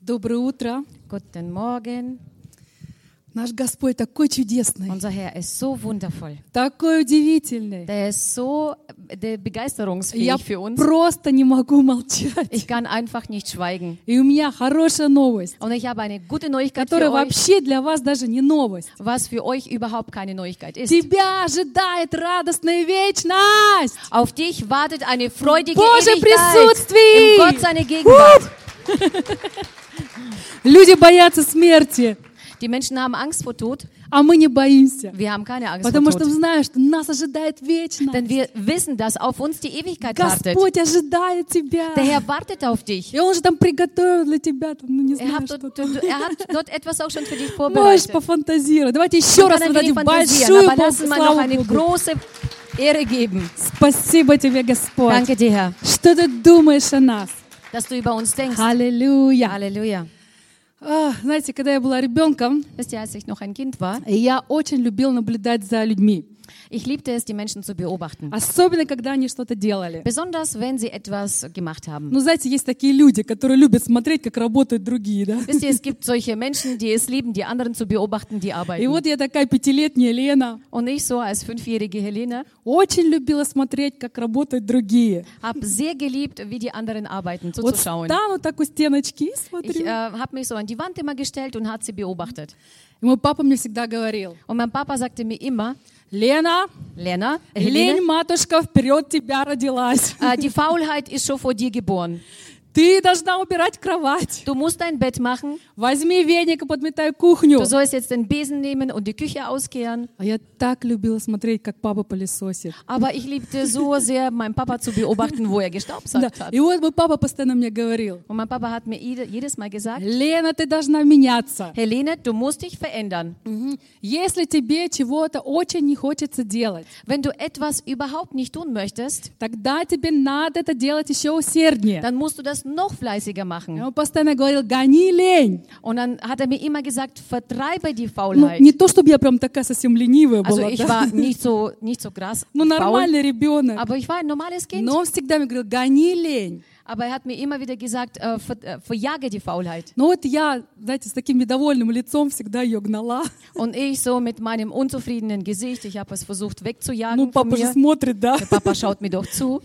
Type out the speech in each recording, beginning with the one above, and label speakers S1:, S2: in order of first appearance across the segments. S1: Доброе утро.
S2: Guten Morgen.
S1: Наш Господь такой чудесный,
S2: Unser Herr ist so wundervoll.
S1: такой удивительный.
S2: Der ist so der begeisterungsfähig
S1: Я
S2: für uns.
S1: просто не могу молчать.
S2: Ich kann einfach nicht schweigen.
S1: И у меня хорошая новость,
S2: Und ich habe eine gute Neuigkeit
S1: которая
S2: für euch,
S1: вообще для вас даже не новость.
S2: was für euch überhaupt keine Neuigkeit ist.
S1: Тебя ожидает радостная вечность.
S2: Auf dich wartet eine freudige
S1: Боже,
S2: Ewigkeit
S1: присутствие!
S2: in Gott seine Gegenwart.
S1: Люди боятся смерти,
S2: Die Menschen haben Angst vor Tod.
S1: а мы не боимся.
S2: Wir haben keine Angst
S1: Потому
S2: vor
S1: что мы
S2: Tod.
S1: знаем, что нас ожидает вечность.
S2: Denn wir wissen, dass auf uns die Ewigkeit wartet.
S1: Господь ожидает тебя.
S2: Der Herr wartet auf dich.
S1: И Он же там приготовил для тебя, там, ну не
S2: Er
S1: знаю,
S2: hat,
S1: что
S2: dort,
S1: там.
S2: er hat dort etwas auch schon für dich
S1: Можешь
S2: vorbereitet.
S1: пофантазировать. Давайте еще
S2: Schon
S1: раз
S2: kann
S1: вот
S2: ein
S1: дадим
S2: wenig fantasieren,
S1: большую
S2: aber lass uns mal noch eine
S1: славу Богу.
S2: große Ehre geben.
S1: Спасибо тебе, Господь.
S2: Danke dir, Herr,
S1: Что ты думаешь о нас?
S2: dass du über uns denkst.
S1: Аллилуйя.
S2: Halleluja.
S1: А, Знаете, когда я была ребенком,
S2: Wisst ihr, als ich noch ein Kind war,
S1: я очень любил наблюдать за людьми.
S2: ich liebte es, die Menschen zu beobachten.
S1: Особенно, когда они что-то делали.
S2: Besonders, wenn sie etwas gemacht haben.
S1: Ну, знаете, есть такие люди, которые любят смотреть, как работают другие, да?
S2: Wisst ihr, es gibt solche Menschen, die es lieben, die anderen zu beobachten, die
S1: И
S2: arbeiten.
S1: вот я такая пятилетняя Лена
S2: Und ich so als fünfjährige Helene
S1: очень любила смотреть, как работают другие.
S2: habe sehr geliebt, wie die anderen arbeiten,
S1: Вот
S2: zuzuschauen.
S1: стану так у стеночки и
S2: Ich
S1: смотрю.
S2: äh, habe mich so an die Wand immer gestellt und hat sie beobachtet.
S1: И мой папа мне всегда говорил,
S2: Und mein Papa sagte mir immer,
S1: Лена,
S2: Lena, Helene,
S1: лень, матушка, вперед тебя родилась.
S2: Äh, die Faulheit ist schon vor dir geboren.
S1: Ты должна убирать кровать.
S2: Du musst dein Bett machen.
S1: Возьми веник и подметай кухню.
S2: Du sollst jetzt den Besen nehmen und die Küche auskehren.
S1: А я так любила смотреть, как папа пылесосит.
S2: Aber ich liebte so sehr, meinen Papa zu beobachten, wo er
S1: Да.
S2: gestaubsaugt hat.
S1: И вот мой папа постоянно мне говорил,
S2: Und mein Papa hat mir jede- jedes Mal gesagt,
S1: Лена, ты должна меняться.
S2: Helene, du musst dich verändern.
S1: Если тебе чего-то очень не хочется делать,
S2: Wenn du etwas überhaupt nicht tun möchtest,
S1: тогда тебе надо это делать еще усерднее.
S2: dann musst du das noch fleißiger
S1: И
S2: machen.
S1: Он постоянно говорил, гони лень.
S2: Und dann hat er mir immer gesagt, vertreibe die
S1: Ну,
S2: Faulheit.
S1: не то, чтобы я прям такая совсем ленивая
S2: Also
S1: была.
S2: ich
S1: да.
S2: war nicht so, nicht so krass
S1: Ну,
S2: faul,
S1: нормальный ребенок.
S2: aber ich war ein normales Kind.
S1: Но он всегда мне говорил, гони лень.
S2: Aber er hat mir immer wieder gesagt, äh, ver, äh, verjage die Faulheit.
S1: Ну вот я, знаете, с таким недовольным лицом всегда ее гнала.
S2: Und ich so mit meinem unzufriedenen Gesicht, ich habe es versucht wegzujagen
S1: Ну,
S2: von
S1: папа же
S2: mir.
S1: смотрит, да?
S2: Der Papa schaut mir doch zu.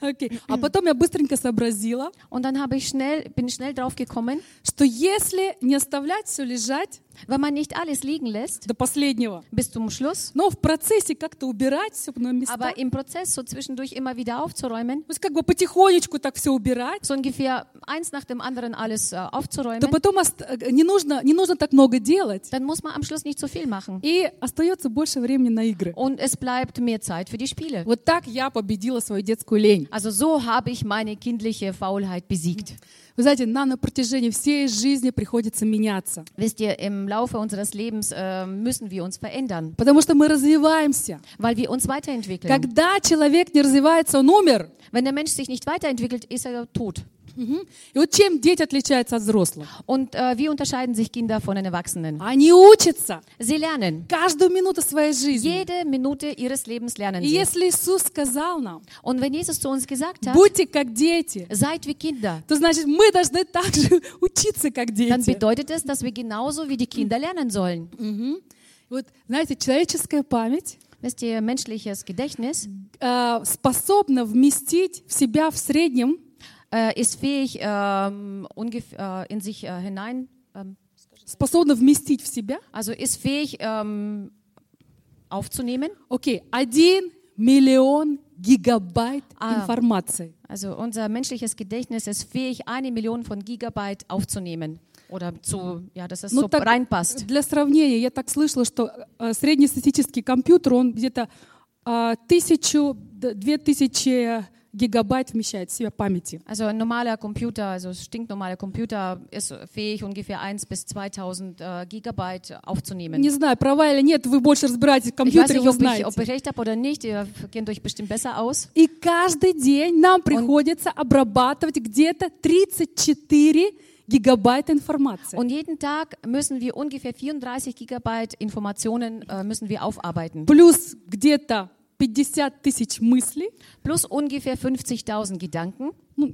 S1: Окей. А потом я быстренько сообразила,
S2: Und dann habe ich schnell, bin schnell drauf gekommen,
S1: что если не оставлять все лежать
S2: wenn man nicht alles liegen lässt,
S1: до последнего,
S2: bis zum Schluss,
S1: но в процессе как-то убирать все на места,
S2: aber im Prozess so zwischendurch immer wieder aufzuräumen,
S1: то есть как бы потихонечку так все убирать,
S2: so ungefähr eins nach dem anderen alles äh,
S1: то
S2: aufzuräumen,
S1: потом ост- э, не нужно, не нужно так много делать,
S2: dann muss man am Schluss nicht so viel machen.
S1: и остается больше времени на игры.
S2: Und es bleibt mehr Zeit für die Spiele.
S1: Вот так я победила свою детскую лень.
S2: Also so habe ich meine kindliche Faulheit besiegt.
S1: Вы знаете, нам на протяжении всей жизни приходится меняться,
S2: Wisst ihr, im Laufe unseres Lebens äh, müssen wir uns verändern,
S1: потому что мы развиваемся.
S2: weil wir uns weiterentwickeln.
S1: Когда человек не развивается, он умер.
S2: Wenn der Mensch sich nicht weiterentwickelt, ist er tot.
S1: Мгм. И вот чем дети отличаются от взрослых?
S2: Und äh, wie unterscheiden sich Kinder von den Erwachsenen?
S1: Они учатся
S2: Sie lernen.
S1: каждую минуту своей жизни.
S2: Jede Minute ihres Lebens lernen
S1: И
S2: sie.
S1: если Иисус сказал нам,
S2: Und wenn Jesus zu uns gesagt hat,
S1: будьте как дети,
S2: seid wie Kinder,
S1: то значит мы должны также учиться как
S2: dann
S1: дети.
S2: bedeutet es, dass wir genauso wie die Kinder lernen sollen.
S1: Вот, знаете, человеческая память
S2: Wisst ihr, menschliches Gedächtnis
S1: э, способна вместить в себя в среднем
S2: äh, ist fähig, ähm, ungef- äh, in sich äh, hinein, ähm,
S1: способна вместить в себя,
S2: also ist fähig ähm, aufzunehmen.
S1: окей, один миллион гигабайт
S2: А.
S1: информации.
S2: Also unser menschliches Gedächtnis ist fähig, eine Million von Gigabyte aufzunehmen oder zu, ja, dass es so reinpasst.
S1: Ну для сравнения, я так слышала, что э, среднестатистический компьютер, он где-то э, тысячу, д- две тысячи гигабайт вмещает в себя памяти.
S2: Also ein normaler Computer, also ein stinknormaler Computer ist fähig, ungefähr 1 bis 2000 äh, Gigabyte
S1: Не
S2: aufzunehmen.
S1: знаю, права или нет, вы больше разбираетесь в
S2: Ich weiß
S1: компьютере,
S2: nicht,
S1: вы
S2: ob ich,
S1: знаете.
S2: ob ich recht habe oder nicht, ihr kennt euch bestimmt besser aus.
S1: И каждый день нам приходится обрабатывать где-то 34 гигабайта информации.
S2: Und jeden Tag müssen wir ungefähr 34 Gigabyte Informationen äh, müssen wir aufarbeiten.
S1: Плюс где-то 50 тысяч мыслей.
S2: Plus ungefähr 50.000 Gedanken.
S1: Ну,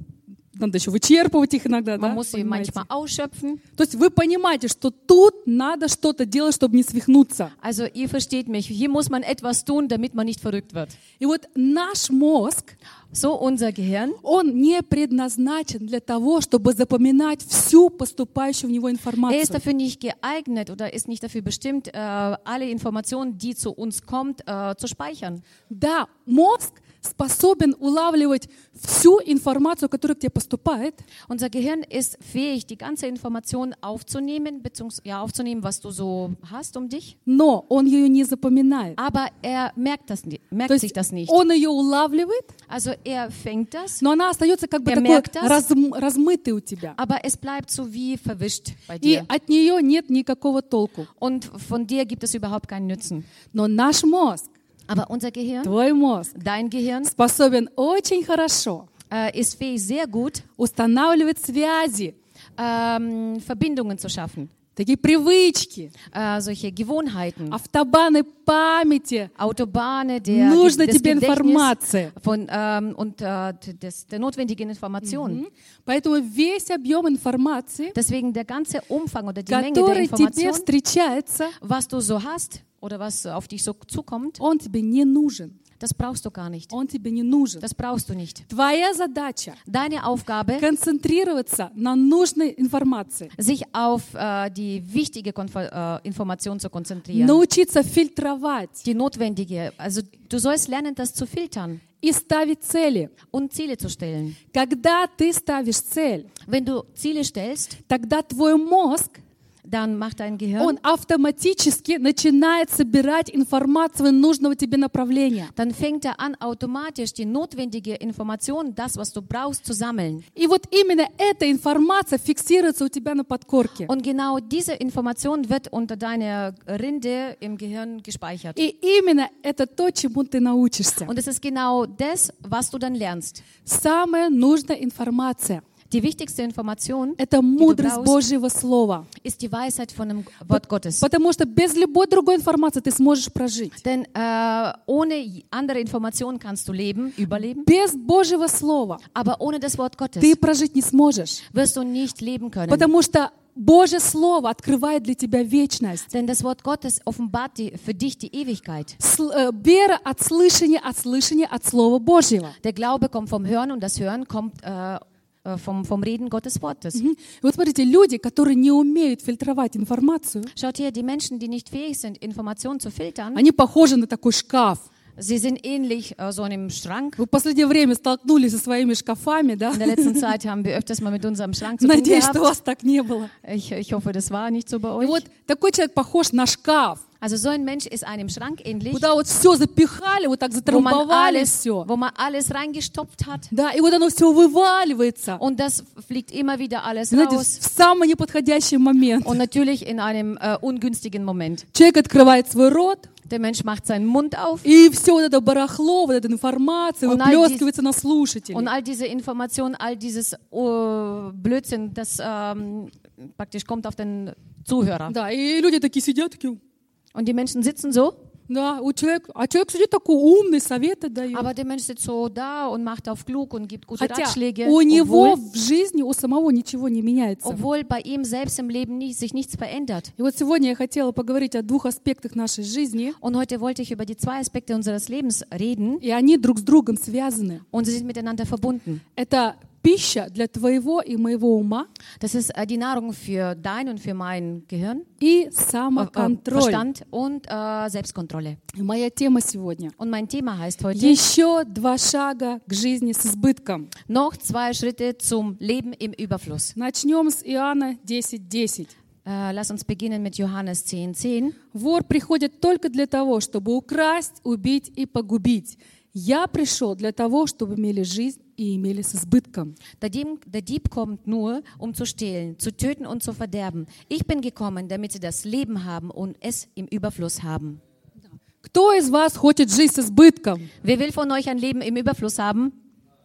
S1: Надо еще вычерпывать их иногда,
S2: Man
S1: да?
S2: muss sie
S1: понимаете?
S2: manchmal ausschöpfen.
S1: То есть вы понимаете, что тут надо что-то делать, чтобы не свихнуться.
S2: Also ihr versteht mich. Hier muss man etwas tun, damit man nicht verrückt wird.
S1: И вот наш мозг,
S2: So unser Gehirn.
S1: он не предназначен для того, чтобы запоминать всю поступающую в него
S2: Er ist
S1: информацию.
S2: dafür nicht geeignet oder ist nicht dafür bestimmt, äh, alle Informationen, die zu uns kommt, äh, zu speichern.
S1: Да, мозг способен улавливать всю информацию, которая к тебе поступает,
S2: Unser Gehirn ist fähig, die ganze Information aufzunehmen, beziehungsweise ja, aufzunehmen, was du so hast um dich.
S1: но он ее не запоминает.
S2: Aber er merkt, das, ni-
S1: То
S2: merkt sich
S1: есть
S2: das nicht.
S1: он ее улавливает,
S2: Also er fängt das,
S1: но она остается как бы
S2: Der
S1: такой
S2: merkt das.
S1: разм- размытой у тебя.
S2: aber es bleibt so wie verwischt bei
S1: И
S2: dir.
S1: от нее нет никакого толку.
S2: Und von dir gibt es überhaupt keinen Nutzen.
S1: Но наш мозг,
S2: Aber unser Gehirn,
S1: твой мозг,
S2: dein Gehirn,
S1: способен очень хорошо
S2: äh, ist fähig, sehr gut
S1: устанавливать связи,
S2: ähm, Verbindungen zu schaffen.
S1: такие привычки,
S2: Äh, solche Gewohnheiten.
S1: автобаны памяти.
S2: Autobahne der
S1: Нужно
S2: des
S1: тебе
S2: Gedächtnis
S1: информация.
S2: von ähm, und äh, des, der notwendigen Information.
S1: Mhm. Поэтому весь объем информации,
S2: Deswegen der ganze Umfang oder die Menge der
S1: который тебе
S2: Information,
S1: встречается,
S2: was du so hast oder was auf dich so zukommt,
S1: он тебе не нужен.
S2: das brauchst du gar nicht.
S1: Он тебе не нужен.
S2: Das brauchst du nicht.
S1: Твоя задача
S2: Deine Aufgabe,
S1: концентрироваться на нужной информации,
S2: sich auf äh, die wichtige Konf äh, Information zu konzentrieren,
S1: научиться фильтровать
S2: die notwendige. Also du sollst lernen, das zu filtern
S1: и ставить цели.
S2: und Ziele zu stellen.
S1: Когда ты ставишь цель,
S2: Wenn du Ziele stellst,
S1: тогда твой мозг
S2: dann macht dein Gehirn
S1: он автоматически начинает собирать информацию нужного тебе направления.
S2: dann fängt er an, automatisch die notwendige Information, das, was du brauchst, zu sammeln.
S1: И вот именно эта информация фиксируется у тебя на подкорке.
S2: Und genau diese Information wird unter deiner Rinde im Gehirn gespeichert.
S1: И именно это то, чему ты научишься.
S2: Und es ist genau das, was du dann lernst.
S1: Самая нужная информация
S2: Die wichtigste Information
S1: — это мудрость
S2: brauchst.
S1: Божьего Слова.
S2: ist die Weisheit von dem Wort Gottes.
S1: Потому что без любой другой информации ты сможешь прожить.
S2: Denn äh, ohne andere Informationen kannst du leben, überleben.
S1: Без Божьего Слова
S2: Aber ohne das Wort Gottes
S1: ты прожить не сможешь.
S2: wirst du nicht leben können.
S1: Потому что Божье Слово открывает для тебя вечность.
S2: Denn das Wort Gottes offenbart die, für dich die Ewigkeit.
S1: Сл- э, Вера от слышания, от слышания от Слова Божьего.
S2: Der Glaube kommt vom Hören und das Hören kommt äh, äh, vom, vom Reden Gottes Wortes.
S1: Мгм. И вот смотрите, люди, которые не умеют фильтровать информацию,
S2: Schaut hier, die Menschen, die nicht fähig sind, Informationen zu filtern,
S1: они похожи на такой шкаф.
S2: sie sind ähnlich äh, so einem Schrank.
S1: Вы в последнее время столкнулись со своими шкафами, да?
S2: In der letzten Zeit haben wir öfters mal mit unserem Schrank zu tun
S1: Надеюсь, что у
S2: gehabt.
S1: вас так не было.
S2: Ich, ich hoffe, das war nicht so bei
S1: И
S2: euch.
S1: вот такой человек похож на шкаф,
S2: Also so ein Mensch ist einem Schrank ähnlich,
S1: куда вот все запихали, вот так
S2: wo man
S1: затрамбовали
S2: alles,
S1: все.
S2: wo man alles reingestopft hat
S1: Да, и вот оно все вываливается.
S2: und das fliegt immer wieder alles
S1: Знаете, в
S2: raus.
S1: самый неподходящий момент.
S2: Und natürlich in einem äh, ungünstigen Moment.
S1: Человек открывает свой рот,
S2: Der Mensch macht seinen Mund auf
S1: и все вот это барахло, вот эта информация
S2: Он
S1: выплескивается на слушателей.
S2: Und all diese Information, all dieses äh, Blödsinn, das ähm, praktisch kommt auf den Zuhörer.
S1: Да, и люди такие сидят, такие,
S2: Und die Menschen sitzen so,
S1: да, у человека, а человек сидит такой умный, советы дает.
S2: aber der Mensch sitzt so da und macht auf klug und gibt gute
S1: Хотя
S2: Ratschläge.
S1: у него
S2: Obwohl,
S1: в жизни, у самого ничего не меняется.
S2: obwohl bei ihm selbst im Leben nie, sich nichts verändert.
S1: И вот сегодня я хотела поговорить о двух аспектах нашей жизни,
S2: Und heute wollte ich über die zwei Aspekte unseres Lebens reden
S1: и они друг с другом связаны.
S2: und sie sind miteinander verbunden.
S1: Это пища для твоего и моего ума
S2: Das ist äh, die Nahrung für dein und für mein Gehirn,
S1: и
S2: äh, äh,
S1: самоконтроль.
S2: Verstand und äh, Selbstkontrolle.
S1: И Моя тема сегодня.
S2: Und mein Thema heißt heute
S1: Еще два шага к жизни с избытком.
S2: Noch zwei Schritte zum Leben im Überfluss.
S1: Начнем с Иоанна 10.10. 10.
S2: Äh, lass uns beginnen mit Johannes 10, 10.
S1: Вор приходит только для того, чтобы украсть, убить и погубить. Я пришел для того, чтобы имели жизнь и имели с избытком.
S2: Der Dieb, der Dieb kommt nur, um zu stehlen, zu töten und zu verderben. Ich bin gekommen, damit sie das Leben haben und es im Überfluss haben.
S1: Кто из вас хочет жизнь с избытком?
S2: Wer will von euch ein Leben im Überfluss haben?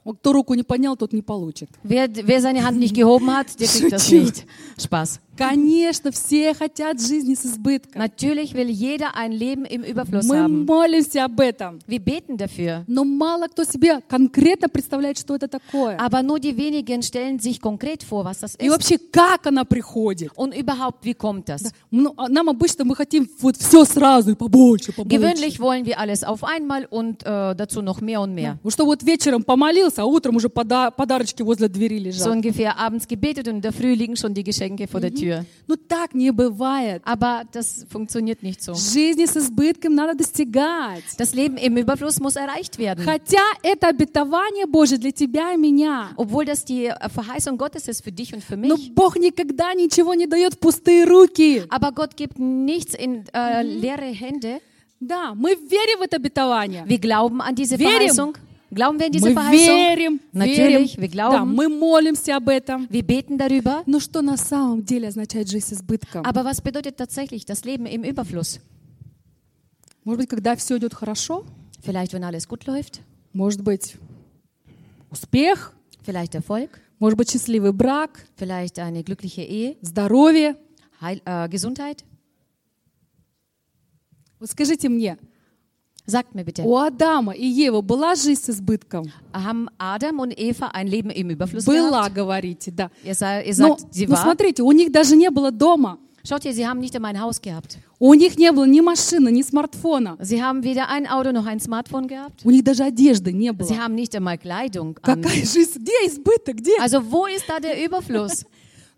S1: Вот Кто руку не поднял, тот не получит.
S2: Wer, wer seine Hand nicht gehoben hat, der kriegt das
S1: Шучу.
S2: nicht. Spaß.
S1: Конечно, все хотят жизни с избытком.
S2: Natürlich will jeder ein Leben im Überfluss
S1: Мы
S2: haben.
S1: молимся об этом.
S2: Wir beten dafür.
S1: Но мало кто себе конкретно представляет, что это такое.
S2: Aber nur die wenigen stellen sich konkret vor, was das
S1: И
S2: ist.
S1: вообще, как она приходит.
S2: Und überhaupt, wie kommt das?
S1: Ну, а Нам обычно мы хотим вот все сразу и побольше, побольше.
S2: Gewöhnlich wollen wir alles auf einmal und äh, dazu noch mehr und mehr.
S1: Ну, Что вот вечером помолился, а утром уже пода- подарочки возле двери
S2: So
S1: лежат.
S2: ungefähr abends gebetet und in der Früh liegen schon die Geschenke vor der Tür.
S1: Ну так не бывает.
S2: Aber das funktioniert nicht so.
S1: Жизни с избытком надо достигать.
S2: Das Leben im Überfluss muss erreicht werden.
S1: Хотя это обетование Божье для тебя и меня.
S2: Obwohl das die äh, Verheißung Gottes ist für dich und für
S1: Но
S2: mich.
S1: Бог никогда ничего не дает в пустые руки.
S2: Aber Gott gibt nichts in äh, leere Hände.
S1: Да, мы верим в это обетование.
S2: Wir glauben an diese
S1: Верим.
S2: Verheißung. Glauben wir an diese
S1: Мы
S2: Verheißung?
S1: верим, верим.
S2: Natürlich, wir
S1: Да,
S2: glauben.
S1: мы молимся об этом.
S2: Wir beten darüber.
S1: Но Ну что на самом деле означает жизнь с избытком?
S2: Aber was bedeutet tatsächlich das Leben im Überfluss?
S1: Может быть, когда все идет хорошо?
S2: Vielleicht, wenn alles gut läuft,
S1: Может быть, успех?
S2: vielleicht Erfolg,
S1: Может быть, счастливый брак,
S2: vielleicht eine glückliche Ehe,
S1: здоровье?
S2: Heil, äh, Gesundheit.
S1: Вот скажите мне,
S2: Sagt mir bitte,
S1: у Адама и Евы была жизнь с избытком?
S2: haben Adam und Eva ein Leben im Überfluss
S1: Была,
S2: gehabt?
S1: говорите, да.
S2: Ihr, sa- ihr
S1: Но,
S2: sagt, sie
S1: но
S2: war.
S1: смотрите, у них даже не было дома.
S2: Schaut ihr, sie haben nicht einmal ein Haus gehabt.
S1: У них не было ни машины, ни смартфона.
S2: Sie haben weder ein Auto noch ein Smartphone gehabt.
S1: У них даже одежды не
S2: Sie
S1: было.
S2: haben nicht einmal Kleidung an.
S1: Какая жизнь? Где избыток? Где?
S2: Also wo ist da der Überfluss?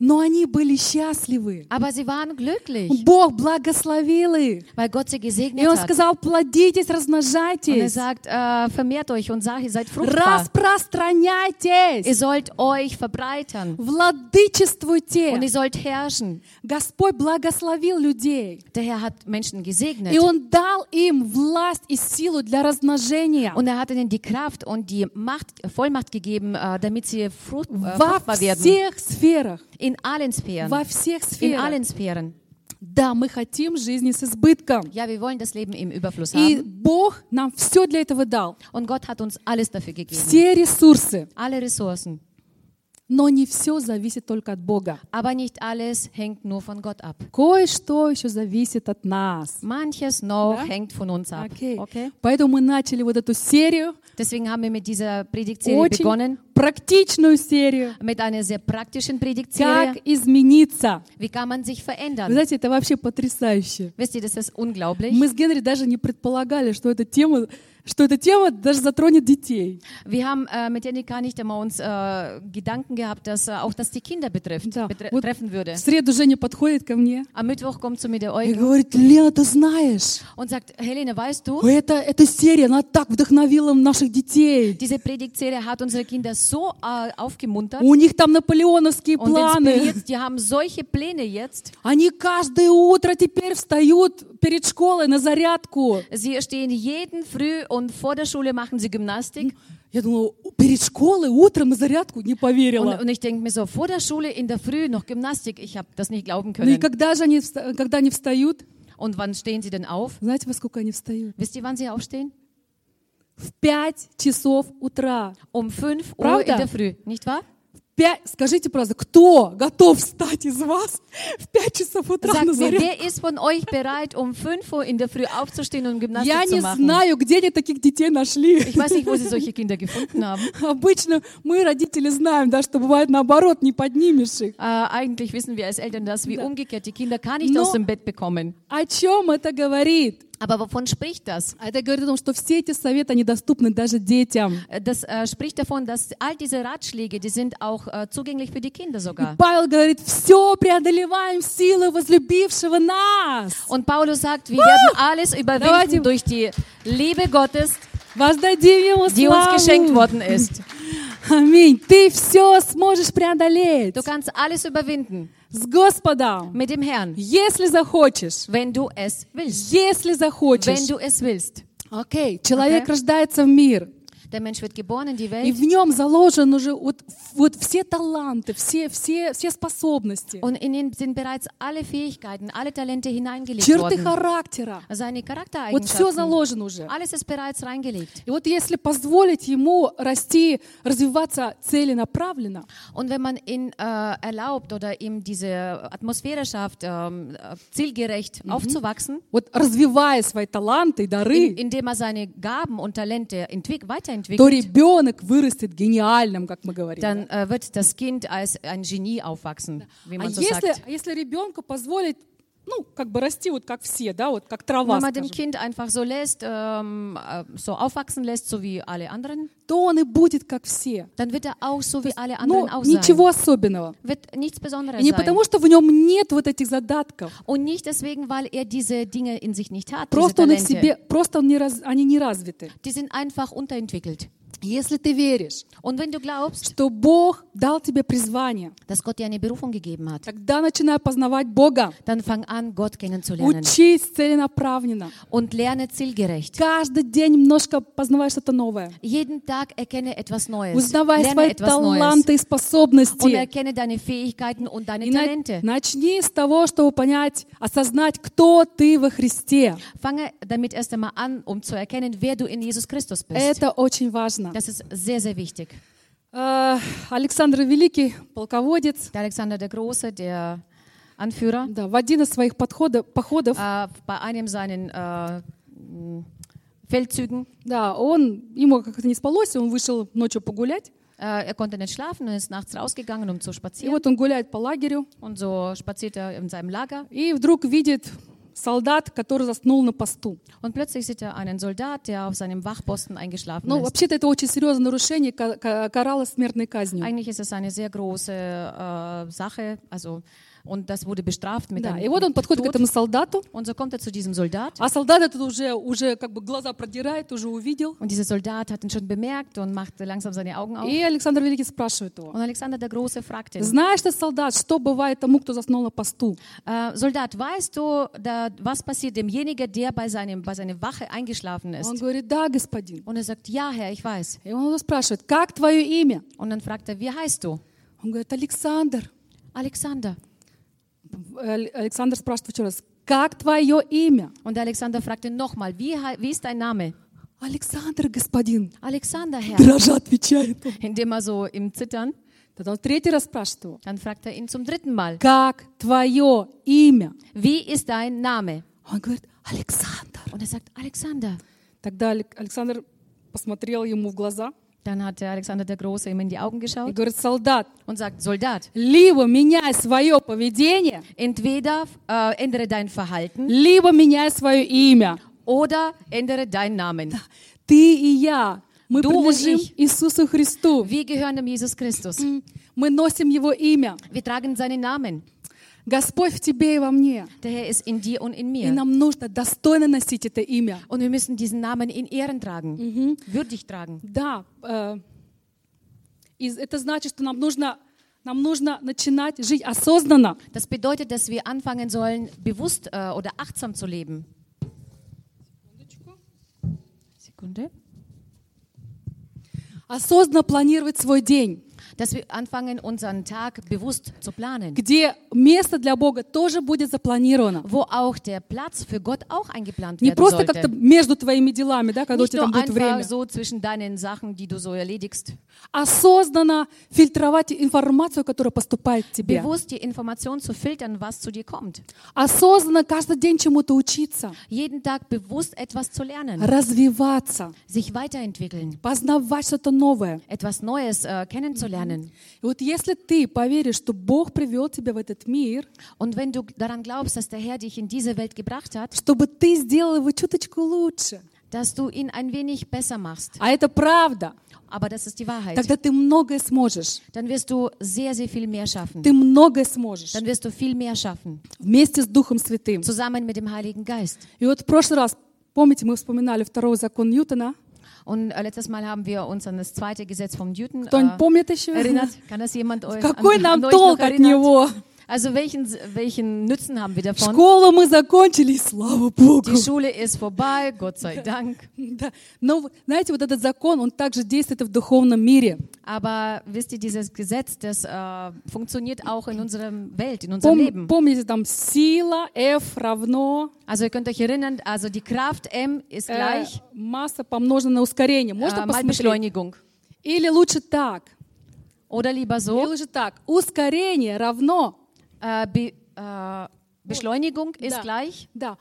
S1: Но они были счастливы.
S2: Aber sie waren glücklich,
S1: Bог благословил их.
S2: weil Gott sie
S1: И
S2: gesegnet
S1: Он
S2: hat.
S1: сказал, плодитесь,
S2: Und er
S1: размножайтесь,
S2: sagt, äh, vermehrt euch und sagt, ihr seid fruchtbar. Ihr
S1: распространяйтесь,
S2: sollt euch verbreitern und ihr
S1: владычествуйте.
S2: sollt herrschen.
S1: Господь благословил людей.
S2: Der Herr hat Menschen gesegnet
S1: И Он дал им власть и силу для размножения.
S2: und er hat ihnen die Kraft und die Macht, Vollmacht gegeben, äh, damit sie frucht, äh,
S1: Во
S2: fruchtbar werden.
S1: всех сферах.
S2: In allen Sphären.
S1: Во всех
S2: In
S1: сферах.
S2: allen Sphären.
S1: Да, мы хотим жизни с избытком.
S2: Ja, wir wollen das Leben im Überfluss
S1: И
S2: haben.
S1: Бог нам все для этого дал.
S2: Und Gott hat uns alles dafür gegeben.
S1: Все ресурсы.
S2: Alle Ressourcen.
S1: Но не все зависит только от Бога.
S2: Aber nicht alles hängt nur von Gott ab.
S1: Кое-что еще зависит от нас.
S2: Manches noch
S1: Ja?
S2: hängt von uns ab.
S1: Окей.
S2: Okay?
S1: Поэтому мы начали вот эту серию,
S2: Deswegen haben wir mit dieser Predigtserie
S1: очень
S2: begonnen,
S1: практичную серию.
S2: mit einer sehr praktischen Predigtserie.
S1: Как измениться?
S2: Wie kann man sich
S1: Вы
S2: verändern?
S1: знаете, это вообще потрясающе.
S2: Wisst ihr, das ist unglaublich.
S1: Мы с Генри даже не предполагали, что эта тема, что эта тема даже затронет детей.
S2: Wir haben äh, mit Janika nicht immer uns äh, Gedanken gehabt, dass äh, auch das die Kinder betrifft,
S1: Да.
S2: betre
S1: Вот
S2: treffen würde.
S1: в среду Женя подходит ко мне
S2: Am Mittwoch kommt zu mir der
S1: и
S2: Eugen
S1: говорит, Лена, ты знаешь,
S2: und sagt, Helene, weißt du,
S1: ой, это, эта серия, она так вдохновила наших детей.
S2: diese Predigtserie hat unsere Kinder so äh, aufgemuntert
S1: У них там наполеоновские
S2: und
S1: планы.
S2: inspiriert. Die haben solche Pläne jetzt.
S1: Они каждое утро теперь встают перед школой на зарядку.
S2: Sie stehen jeden Früh und vor der Schule machen sie Gymnastik.
S1: Я думала, «У- перед школой утром на зарядку не
S2: Und,
S1: поверила.
S2: und ich denke mir so, vor der Schule in der Früh noch Gymnastik, ich habe das nicht glauben
S1: Ну и
S2: können.
S1: когда же они, вста- когда они встают?
S2: Und wann stehen sie denn auf?
S1: Знаете, во сколько они встают?
S2: Wisst ihr, wann sie aufstehen?
S1: В 5 часов утра.
S2: Um 5 Uhr
S1: Правда?
S2: in der Früh, nicht wahr?
S1: Пя- Скажите, пожалуйста, кто готов встать из вас в 5 часов утра
S2: Sagt
S1: на
S2: mir,
S1: зарядку?
S2: wer ist von euch bereit, um 5 Uhr in der Früh aufzustehen und Gymnastik
S1: Я
S2: zu
S1: не
S2: machen?
S1: знаю, где они таких детей нашли.
S2: Ich weiß nicht, wo sie solche Kinder gefunden haben.
S1: Обычно мы, родители, знаем, да, что бывает наоборот, не поднимешь их.
S2: Äh, eigentlich wissen wir als Eltern das, wie umgekehrt die Kinder gar nicht
S1: No.
S2: aus dem Bett bekommen.
S1: О чем это говорит?
S2: Aber wovon spricht das?
S1: А Это говорит о том, что все эти советы, они доступны даже детям.
S2: Äh, Das äh, spricht davon, dass all diese Ratschläge, die sind auch äh, zugänglich für die Kinder sogar.
S1: Павел говорит, все преодолеваем в силу возлюбившего нас.
S2: Und Paulus sagt, wir werden alles überwinden
S1: Давайте.
S2: durch die Liebe Gottes,
S1: Воздадим ему
S2: die uns geschenkt
S1: славу.
S2: worden ist.
S1: Аминь. Ты все сможешь преодолеть
S2: Du kannst alles überwinden
S1: с Господом,
S2: mit dem Herrn,
S1: если захочешь.
S2: wenn du es willst.
S1: Если
S2: Wenn
S1: захочешь.
S2: du es willst.
S1: Окей, человек
S2: Окей.
S1: рождается в мир.
S2: Der Mensch wird geboren in die
S1: И в
S2: Welt
S1: нем заложен уже вот, вот все таланты, все, все, все способности,
S2: und in ihn sind bereits alle Fähigkeiten, alle Talente hineingelegt
S1: черты
S2: worden.
S1: характера.
S2: Seine
S1: Вот все
S2: Charaktereigenschaften.
S1: заложено уже.
S2: Alles ist bereits reingelegt.
S1: И вот если позволить ему расти, развиваться целенаправленно,
S2: Und wenn man ihn äh, erlaubt oder ihm diese Atmosphäre schafft, ähm, äh, zielgerecht
S1: Mhm.
S2: aufzuwachsen,
S1: вот развивая свои таланты и
S2: in,
S1: дары,
S2: indem er seine Gaben und Talente entwick
S1: то
S2: weiterentwickelt,
S1: ребенок вырастет гениальным, как мы говорим. А да.
S2: dann äh, wird das Kind als ein Genie aufwachsen, wie
S1: А
S2: man so
S1: если,
S2: sagt.
S1: а если ребенку позволить, ну, как бы расти вот как все, да, вот как трава,
S2: Wenn man dem
S1: скажем,
S2: Kind einfach so lässt, ähm, äh, so aufwachsen lässt, so wie alle anderen,
S1: то он и будет как все.
S2: dann wird er auch so wie alle
S1: Ну,
S2: anderen auch sein.
S1: ничего особенного.
S2: Wird nichts
S1: И
S2: Besonderes
S1: не
S2: sein.
S1: потому, что в нем нет вот этих задатков.
S2: Und nicht deswegen, weil er diese Dinge in sich nicht hat, diese
S1: Просто он их
S2: Talente.
S1: себе, просто он не раз, они не развиты.
S2: Die sind einfach unterentwickelt.
S1: Если ты веришь,
S2: Und wenn du glaubst,
S1: что Бог дал тебе призвание,
S2: dass Gott dir eine Berufung gegeben hat,
S1: тогда начинай познавать Бога.
S2: dann fang an, Gott kennenzulernen
S1: Учись целенаправленно.
S2: und lerne zielgerecht.
S1: Каждый день немножко познавай что-то новое.
S2: Jeden Tag erkenne etwas Neues.
S1: Узнавай
S2: Lerne
S1: свои
S2: etwas Neues.
S1: таланты и
S2: Und
S1: способности.
S2: erkenne deine Fähigkeiten und deine
S1: И на-
S2: Talente.
S1: начни с того, чтобы понять, осознать, кто ты во Христе.
S2: Fange damit erst einmal an, um zu erkennen, wer du in Jesus Christus bist.
S1: Это очень важно.
S2: Das ist sehr, sehr wichtig.
S1: Э, Александр Великий, полководец,
S2: Der Alexander der Große, der Anführer,
S1: да, в один из своих подходов, походов,
S2: äh, bei einem seiner äh, mh, Feldzügen,
S1: да, он, ему как-то не спалось, он вышел ночью пogulять,
S2: äh, er konnte nicht schlafen und ist nachts rausgegangen, um zu
S1: и
S2: spazieren.
S1: вот он гуляет по лагерю,
S2: Und so spaziert er in seinem Lager
S1: и вдруг видит солдат, который заснул на посту.
S2: und plötzlich sieht er einen Soldat, der auf seinem Wachposten eingeschlafen
S1: Ну,
S2: ist.
S1: вообще-то это очень серьезное нарушение, ка- ка- каралось смертной казнью.
S2: Eigentlich ist es eine sehr große äh, Sache, also und das wurde bestraft mit
S1: Да,
S2: einem
S1: и вот он подходит к
S2: Tod.
S1: этому солдату,
S2: Und so kommt er zu diesem Soldat.
S1: а солдат этот уже, уже как бы глаза продирает, уже увидел,
S2: Und dieser Soldat hat ihn schon bemerkt und machte langsam seine Augen auf.
S1: И Александр Великий спрашивает его.
S2: Und Alexander der Große fragte ihn,
S1: Знаешь ты, солдат, что бывает тому, кто заснул на посту?
S2: äh, Soldat, weißt du, da, was passiert demjenigen, der bei, seinem, bei seiner Wache eingeschlafen
S1: Он
S2: ist?
S1: говорит, да, господин.
S2: Und er sagt, ja, Herr, ich weiß.
S1: И он его спрашивает, как твое имя?
S2: Und dann fragt er, wie heißt du?
S1: Он говорит, Александр.
S2: Alexander.
S1: Э, Александр спрашивает еще раз, как твое имя?
S2: Und der Alexander fragte nochmal, wie, hei- wie ist dein Name?
S1: Александр, господин.
S2: Alexander, Herr.
S1: Э. Дрожа отвечает он.
S2: Indem er so im Zittern,
S1: Тогда он третий раз спрашивает его,
S2: dann fragt er ihn zum dritten Mal,
S1: как твое имя?
S2: wie ist dein Name?
S1: Он говорит, Александр.
S2: Und er sagt, Alexander.
S1: Тогда Алек- Александр посмотрел ему в глаза
S2: Dann hat der Alexander der Große ihm in die Augen
S1: и
S2: geschaut
S1: говорит, солдат,
S2: und sagt, Soldat,
S1: либо меняй свое поведение,
S2: entweder äh, ändere dein Verhalten
S1: либо меняй свое имя.
S2: oder ändere deinen Namen.
S1: Ты и я, мы
S2: Дух
S1: принадлежим
S2: их.
S1: Иисусу Христу.
S2: Wir gehören dem Jesus Christus.
S1: Мы носим Его имя.
S2: Wir tragen seinen Namen.
S1: Господь в тебе и во мне.
S2: Der Herr ist in dir und in
S1: И
S2: mir.
S1: нам нужно достойно носить это имя.
S2: Und wir müssen diesen Namen in Ehren tragen, würdig tragen.
S1: Да, э, и это значит, что нам нужно, нам нужно начинать жить осознанно.
S2: Das bedeutet, dass wir anfangen sollen, bewusst äh, oder achtsam zu leben. Sekunde.
S1: Осознанно планировать свой день,
S2: Dass wir anfangen, unseren Tag bewusst zu planen,
S1: где место для Бога тоже будет запланировано.
S2: wo auch der Platz für Gott auch eingeplant
S1: Не
S2: werden
S1: просто как-то
S2: sollte.
S1: между твоими делами, да, когда у
S2: Nicht
S1: тебя там
S2: nur
S1: будет
S2: einfach
S1: время.
S2: so zwischen deinen Sachen, die du so erledigst.
S1: Осознанно фильтровать информацию, которая поступает к тебе.
S2: Bewusst die Information zu filtern, was zu dir kommt.
S1: осознанно каждый день чему-то учиться,
S2: Jeden Tag bewusst etwas zu lernen,
S1: развиваться,
S2: sich weiterentwickeln,
S1: познавать что-то новое.
S2: etwas Neues äh, kennenzulernen.
S1: И вот если ты поверишь, что Бог привел тебя в этот mир,
S2: Und wenn du daran glaubst, dass der Herr dich in diese Welt gebracht hat,
S1: чтобы ты сделал его чуточку лучше,
S2: dass du ihn ein wenig besser machst.
S1: а это правда,
S2: Aber das ist die Wahrheit.
S1: тогда ты многое сможешь.
S2: Dann wirst du sehr, sehr viel mehr schaffen.
S1: Ты многое сможешь
S2: Dann wirst du viel mehr schaffen.
S1: вместе с Духом Святым.
S2: Zusammen mit dem Heiligen Geist.
S1: И вот в прошлый раз, помните, мы вспоминали второй закон Ньютона.
S2: Und äh, letztes Mal haben wir uns an das zweite Gesetz vom Newton
S1: Кто-нибудь
S2: äh,
S1: помнит еще?
S2: erinnert. Kann das jemand eu-
S1: Какой
S2: an,
S1: нам
S2: an euch noch
S1: толк от
S2: erinnern?
S1: него?
S2: Also welchen, welchen Nutzen haben wir davon?
S1: Школу мы закончили, и слава Богу.
S2: Die Schule ist vorbei, Gott sei Dank.
S1: Да. Но, вы- знаете, вот этот закон, он также действует и в духовном мире.
S2: Aber wisst ihr, dieses Gesetz, das äh, funktioniert auch in unserer Welt, in unserem
S1: Пом-
S2: Leben.
S1: помните, там сила F равно
S2: Also ihr könnt euch erinnern, also die Kraft M ist
S1: э,
S2: gleich
S1: масса помножена на ускорение. Можно
S2: äh, mal
S1: посмотреть?
S2: Beschleunigung.
S1: Или лучше так.
S2: Oder lieber
S1: Или
S2: so,
S1: лучше так. Ускорение равно
S2: äh, be, äh, Beschleunigung ist
S1: Da.
S2: gleich
S1: да,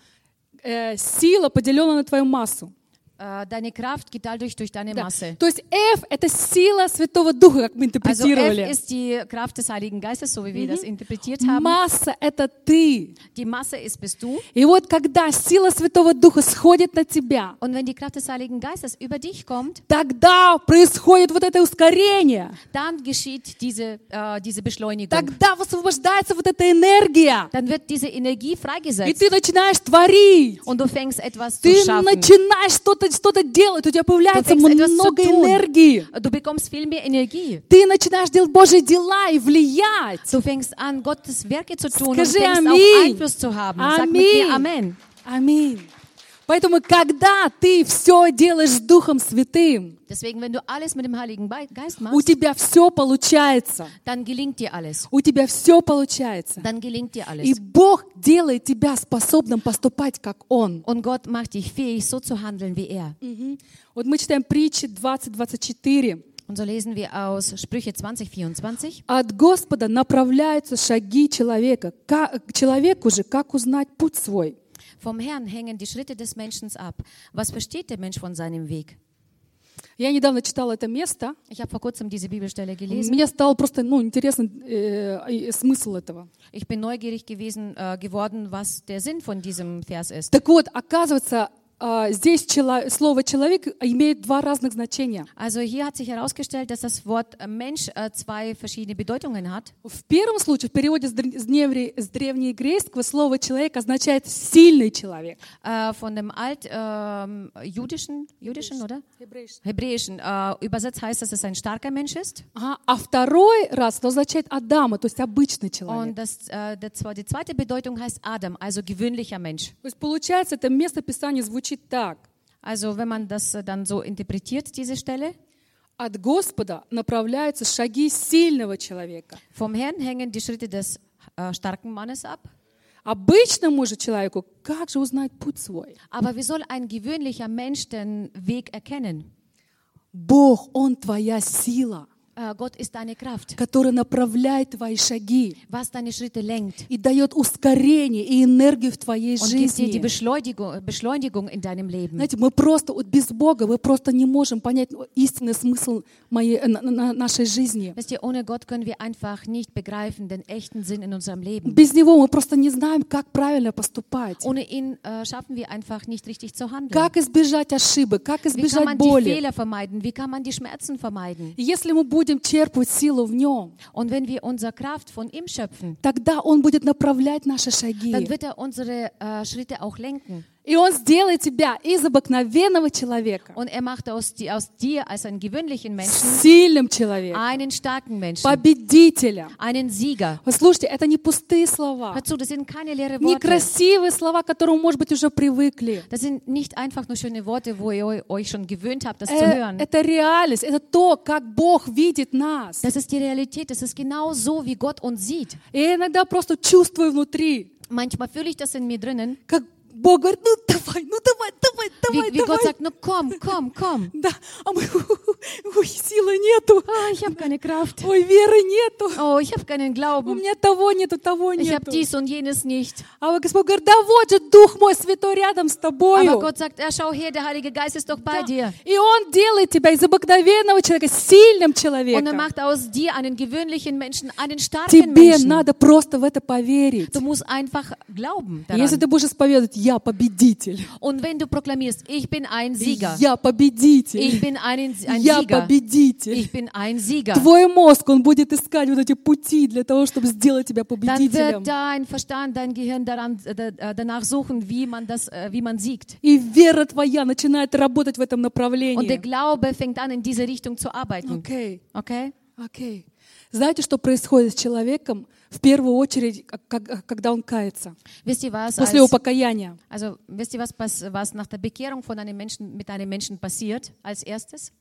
S1: э, сила, поделенная на твою массу.
S2: äh, deine Kraft geteilt durch, durch deine
S1: Да.
S2: Masse.
S1: То есть F — это сила Святого Духа, как мы
S2: Also А F
S1: интерпретировали.
S2: ist die Kraft des Heiligen Geistes, so wie wir das interpretiert haben.
S1: Масса — это ты.
S2: Die Masse ist bist du.
S1: И вот когда сила Святого Духа сходит на тебя,
S2: Und wenn die Kraft des Heiligen Geistes über dich kommt,
S1: тогда происходит вот это ускорение.
S2: dann geschieht diese, äh, diese Beschleunigung.
S1: Тогда высвобождается вот эта энергия.
S2: Dann wird diese Energie
S1: И
S2: freigesetzt
S1: ты начинаешь творить.
S2: und du fängst etwas zu
S1: Ты
S2: schaffen.
S1: начинаешь что-то что делать. У тебя
S2: Du
S1: появляется
S2: fängst etwas zu
S1: много энергии.
S2: tun. Du bekommst viel mehr Energie.
S1: Ты начинаешь делать Божьи дела и влиять.
S2: Du fängst an, Gottes Werke zu tun und
S1: Скажи
S2: fängst auch
S1: Amen.
S2: Einfluss zu haben. Sag mit mir Amen.
S1: Аминь. Поэтому, когда ты все делаешь с Духом Святым,
S2: Deswegen, wenn du alles mit dem Heiligen Be- Geist
S1: у
S2: machst,
S1: тебя все получается.
S2: dann gelingt dir alles.
S1: У тебя все получается.
S2: Dann gelingt
S1: И
S2: dir alles.
S1: Бог делает тебя способным поступать, как Он.
S2: Und Gott macht dich fähig, so zu handeln wie er.
S1: Мгм. Вот мы читаем притчи 20-24.
S2: Und so lesen wir aus Sprüche 20, 24.
S1: От Господа направляются шаги человека. Ка- К человеку же, как узнать путь свой?
S2: Vom Herrn hängen die Schritte des Menschen ab. Was versteht der Mensch von seinem Weg?
S1: Я недавно читала это место.
S2: Ich habe vor kurzem diese Bibelstelle gelesen.
S1: Мне стало просто ну, интересен э, и- и смысл этого.
S2: Ich bin neugierig gewesen, äh, geworden, was der Sinn von diesem Vers ist.
S1: Так вот, оказывается, а, здесь чело- слово «человек» имеет два разных значения.
S2: Also hier hat sich herausgestellt, dass das Wort äh, Mensch äh, zwei verschiedene Bedeutungen hat.
S1: В первом случае, в переводе с древ- с древне- с древнееврейского, слово «человек» означает «сильный человек».
S2: Äh, von dem alt ähm, jüdischen, jüdischen oder hebräischen äh, übersetzt heißt, dass es ein starker Mensch ist.
S1: Ага. А второй раз оно означает «Адама», то есть «обычный человек».
S2: Und das, äh, der, zwe- die zweite Bedeutung heißt Adam, also gewöhnlicher Mensch.
S1: То есть, получается, это место Писания звучит так.
S2: Also wenn man das äh, dann so interpretiert, diese Stelle,
S1: От Господа направляются шаги сильного человека.
S2: vom Herrn hängen die Schritte des äh, starken Mannes ab.
S1: Обычному же человеку как же узнать путь свой?
S2: Aber wie soll ein gewöhnlicher Mensch den Weg erkennen?
S1: Бог, Он твоя сила,
S2: Äh, Gott ist deine Kraft,
S1: которая направляет твои шаги
S2: was deine Schritte lenkt
S1: и дает ускорение и энергию в твоей
S2: und gibt dir die
S1: жизни.
S2: Beschleunigung, Beschleunigung in deinem Leben.
S1: Знаете, мы просто вот без Бога, мы просто не можем понять ну, истинный смысл моей, э, на- на- нашей жизни.
S2: Wisst ihr, ohne Gott können wir einfach nicht begreifen den echten Sinn in unserem Leben.
S1: Без Него мы просто не знаем, как правильно поступать,
S2: Ohne ihn äh, schaffen wir einfach nicht richtig zu handeln.
S1: как избежать ошибок, как
S2: Wie kann
S1: избежать
S2: man die
S1: боли.
S2: Fehler vermeiden? Wie kann man die Schmerzen vermeiden?
S1: И Если мы будем черпать силу в Нем,
S2: Und wenn wir unsere Kraft von ihm schöpfen,
S1: тогда Он будет направлять наши
S2: dann
S1: шаги.
S2: wird er уnsere äh, Schritte auch lenken.
S1: И Он сделает тебя из обыкновенного человека
S2: Und er macht aus, di- aus dir als einen gewöhnlichen Menschen
S1: сильным человеком,
S2: einen starken Menschen,
S1: победителем.
S2: einen Sieger.
S1: Вы Слушайте, это не пустые слова,
S2: Hör zu, das sind keine leeren
S1: не
S2: Worte.
S1: красивые слова, к которым, может быть, уже привыкли.
S2: Das sind nicht einfach nur schöne Worte, wo ihr eu- euch schon gewöhnt habt, das zu
S1: Э,
S2: hören.
S1: Это реальность, это то, как Бог видит нас.
S2: Das ist die Realität. Das ist genau so, wie Gott uns sieht.
S1: И я иногда просто чувствую внутри,
S2: Manchmal fühle ich das in mir drinnen,
S1: как Бог говорит, ну давай, ну давай, давай,
S2: wie,
S1: давай,
S2: wie Gott
S1: давай.
S2: sagt, nur komm, komm, komm.
S1: Да, а мы, ой, силы нету,
S2: Ah, ich habe keine Kraft.
S1: ой, веры нету,
S2: Oh, ich habe keinen
S1: у
S2: Glauben.
S1: меня того нету, того
S2: Ich habe
S1: нету.
S2: dies und jenes nicht.
S1: А вот Господь говорит, да вот же Дух мой Святой рядом с
S2: Aber
S1: тобою.
S2: Gott sagt, ja, schau her, der Heilige Geist ist doch bei
S1: Да.
S2: dir.
S1: И Он делает тебя из обыкновенного человека сильным
S2: Und er
S1: человеком.
S2: macht aus dir einen gewöhnlichen Menschen, einen starken
S1: Тебе
S2: Menschen.
S1: надо просто в это поверить.
S2: Du musst einfach glauben
S1: Если
S2: daran.
S1: ты будешь исповедовать, я победитель,
S2: Und wenn du proklamierst, ich bin ein Sieger,
S1: я победитель,
S2: ich bin einen, ein
S1: я
S2: Sieger,
S1: победитель,
S2: ich bin ein Sieger,
S1: твой мозг, он будет искать вот эти пути для того, чтобы сделать тебя
S2: dann
S1: победителем.
S2: wird dein Verstand, dein Gehirn daran, äh, da- äh, danach suchen, wie man, das, äh, wie man siegt.
S1: И вера твоя начинает работать в этом
S2: Und der
S1: направлении.
S2: Glaube fängt an, in diese Richtung zu arbeiten.
S1: Окей.
S2: Okay?
S1: Окей. Знаете, что происходит с человеком в первую очередь, как- как- когда он кается?
S2: Wisst ihr was?
S1: После его
S2: Als,
S1: покаяния.
S2: also wisst ihr was, pass- was nach der Bekehrung von einem Menschen mit einem Menschen passiert als erstes?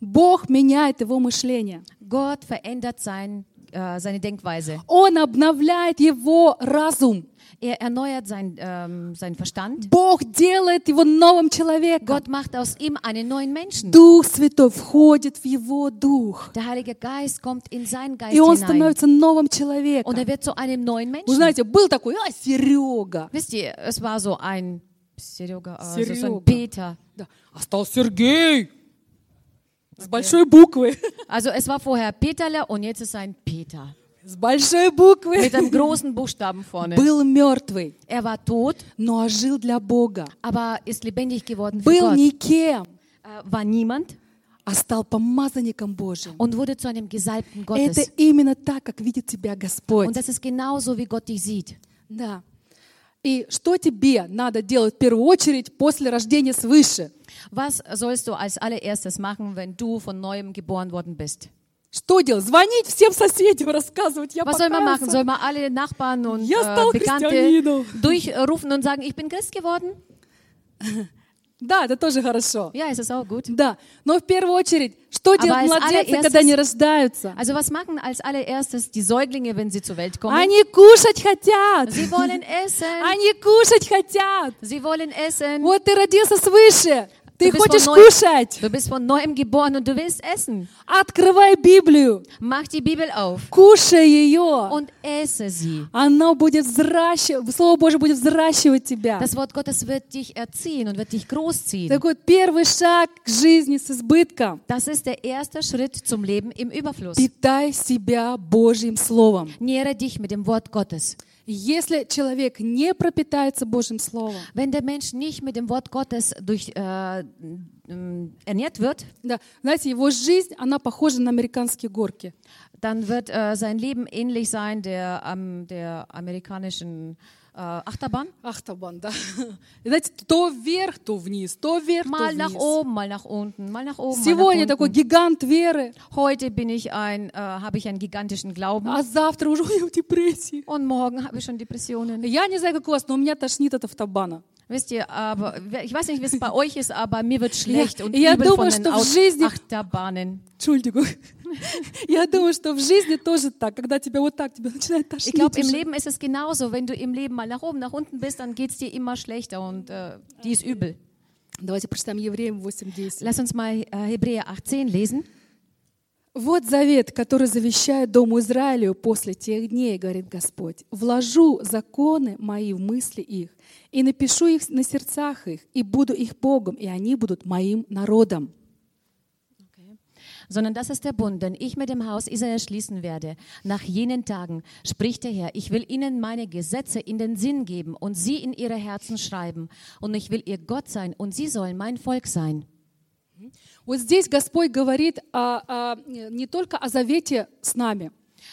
S1: Бог меняет его мышление.
S2: Gott verändert sein, äh, seine Denkweise.
S1: Он обновляет его разум.
S2: Er erneuert sein, ähm, seinen Verstand.
S1: Бог делает его новым человеком.
S2: Gott macht aus ihm einen neuen Menschen.
S1: Дух Святой входит в его дух.
S2: Der Heilige Geist kommt in seinen Geist
S1: И он
S2: hinein.
S1: становится новым
S2: Und
S1: человеком.
S2: er wird zu einem neuen
S1: Вы
S2: Menschen.
S1: знаете, был такой, а, Серега.
S2: Wisst ihr, es war so ein Serioga, äh, so- so
S1: Serioga.
S2: ein Peter.
S1: Да. А стал Сергей. С большой буквы.
S2: Also es war vorher Peterle und jetzt ist ein Peter.
S1: С большой буквы.
S2: Mit einem großen Buchstaben vorne.
S1: Был мертвый,
S2: Er war tot,
S1: но ожил для Бога.
S2: aber ist lebendig geworden für
S1: Был
S2: Gott.
S1: никем,
S2: Äh, war niemand
S1: а стал помазанником Божьим.
S2: und wurde zu einem Gesalbten
S1: Это
S2: Gottes.
S1: именно так, как видит тебя Господь.
S2: Und das ist genauso, wie Gott dich sieht.
S1: Да. И что тебе надо делать в первую очередь после рождения свыше?
S2: Was sollst du als allererstes machen, wenn du von neuem geboren worden bist?
S1: Что делать? Звонить всем соседям, рассказывать, я
S2: Was soll man machen?
S1: покаялся.
S2: Soll man alle Nachbarn und
S1: Ja,
S2: äh,
S1: stau
S2: Bekannte
S1: Christianino.
S2: durchrufen und sagen, ich bin Christ geworden?
S1: Да, это тоже хорошо.
S2: Ja, es ist auch gut.
S1: Да, но в первую очередь, что делать
S2: als
S1: младенцы,
S2: allererstes-
S1: когда они рождаются?
S2: Also was machen als allererstes die Säuglinge, wenn sie zur Welt kommen?
S1: Они кушать хотят!
S2: Sie wollen essen.
S1: Они кушать хотят!
S2: Sie wollen essen.
S1: Вот ты родился свыше, ты
S2: bist
S1: хочешь
S2: von neuem-
S1: кушать!
S2: Du bist von neuem geboren und du willst essen.
S1: Открывай Библию,
S2: Mach die Bibel auf
S1: кушай ее!
S2: und esse sie.
S1: Оно будет взращивать, Слово Божье будет взращивать тебя.
S2: Das Wort Gottes wird dich erziehen und wird dich großziehen.
S1: Так вот, первый шаг к жизни с избытком.
S2: Das ist der erste Schritt zum Leben im Überfluss.
S1: Питай себя Божьим Словом.
S2: Nähre dich mit dem Wort Gottes.
S1: Если человек не пропитается Божьим Словом,
S2: Wenn der Mensch nicht mit dem Wort Gottes durch, äh, ähm, ernährt wird,
S1: да, знаете, его жизнь, она похожа на американские горки.
S2: dann wird äh, sein Leben ähnlich sein der, ähm, der amerikanischen äh, Achterbahn.
S1: Ахтабан, да. И Знаете, то вверх, то вниз, то вверх, то
S2: Mal nach
S1: вниз.
S2: oben, mal nach unten, mal nach oben. mal
S1: Сегодня
S2: nach
S1: такой
S2: unten.
S1: гигант веры,
S2: Heute bin ich ein, äh, habe ich einen gigantischen Glauben
S1: а завтра уже я в депрессии.
S2: und morgen habe ich schon Depressionen.
S1: Я не знаю, как у вас, но у меня тошнит от автобана.
S2: Wisst ihr, aber ich weiß nicht, wie es bei euch ist, aber mir wird schlecht und
S1: Ja,
S2: übel
S1: думаю,
S2: von den
S1: что в
S2: Aus-
S1: жизни-
S2: Achterbahnen.
S1: Чульдигу. Я думаю, что в жизни тоже так, когда тебя вот так, тебя начинает
S2: Ich
S1: тошнить.
S2: glaube, im
S1: уже.
S2: Leben ist es genauso. Wenn du im Leben mal nach oben, nach unten bist, dann geht es dir immer schlechter und äh, die ist übel.
S1: Давайте прочитаем Евреям 8.10.
S2: Lass uns mal äh, Hebräer 18 lesen.
S1: «Вот завет, который завещаю Дому Израилю после тех дней, говорит Господь. Вложу законы мои в мысли их, и напишу их на сердцах их, и буду их Богом, и они будут моим народом».
S2: sondern das ist der Bund, den ich mit dem Haus Israel schließen werde. Nach jenen Tagen spricht der Herr, ich will ihnen meine Gesetze in den Sinn geben und sie in ihre Herzen schreiben. Und ich will ihr Gott sein und sie sollen mein Volk sein.
S1: Вот здесь Господь говорит о- о- не только о завете с нами.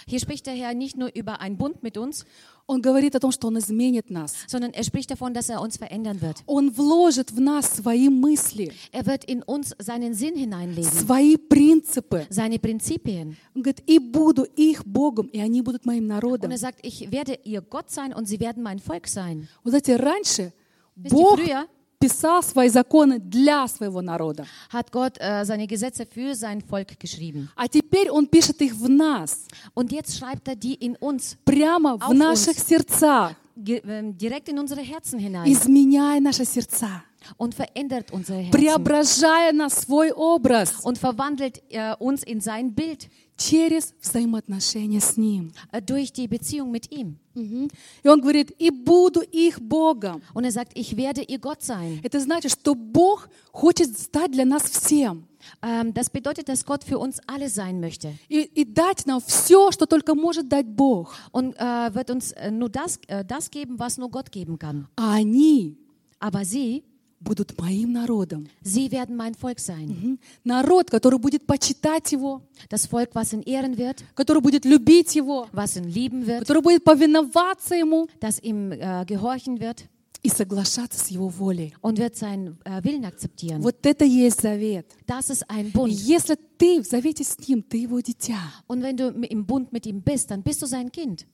S2: Hier spricht der Herr nicht nur über einen Bund mit uns,
S1: Он говорит о том, что Он изменит нас.
S2: sondern er spricht davon, dass er uns verändern wird.
S1: Он вложит в нас свои мысли,
S2: Er wird in uns seinen Sinn hineinlegen,
S1: свои принципы.
S2: seine Prinzipien.
S1: Он говорит, и буду их Богом, и они будут моим
S2: Und
S1: народом.
S2: er sagt, ich werde ihr Gott sein und sie werden mein Volk sein.
S1: Вы знаете, раньше
S2: Знаете,
S1: Бог
S2: früher-
S1: писал свои законы для своего народа,
S2: Hat Gott äh, seine Gesetze für sein Volk geschrieben.
S1: а теперь Он пишет их в нас,
S2: Und jetzt schreibt er die in uns
S1: прямо
S2: Auf
S1: в наших
S2: uns.
S1: сердцах,
S2: ge- ähm, direkt in unsere Herzen hinein
S1: изменяя наши сердца,
S2: und verändert unsere Herzen
S1: преображая нас в свой образ
S2: und verwandelt äh, uns in sein Bild
S1: через взаимоотношения с Ним.
S2: äh, durch die Beziehung mit ihm.
S1: Мгм. И Он говорит, и буду их Богом.
S2: Und er sagt, ich werde ihr Gott sein.
S1: Это значит, что Бог хочет стать для нас всем
S2: Ähm, das bedeutet, dass Gott für uns alle sein möchte
S1: и, и дать нам все, что только может дать Бог.
S2: und äh, wird uns äh, nur das, äh, das geben, was nur Gott geben kann.
S1: А они
S2: Aber sie,
S1: будут моим народом.
S2: sie werden mein Volk sein.
S1: Мгм. Народ, который будет почитать его,
S2: Das Volk, was ihn ehren wird,
S1: который будет любить его,
S2: was ihn lieben wird,
S1: который будет повиноваться ему,
S2: das ihm äh, gehorchen wird.
S1: и соглашаться с Его волей.
S2: und wird seinen äh, Willen akzeptieren.
S1: Вот это и есть завет.
S2: Das ist ein
S1: И
S2: Bund.
S1: если ты в завете с Ним, ты Его дитя.
S2: Und wenn du mi- im Bund mit ihm bist, dann bist du sein Kind.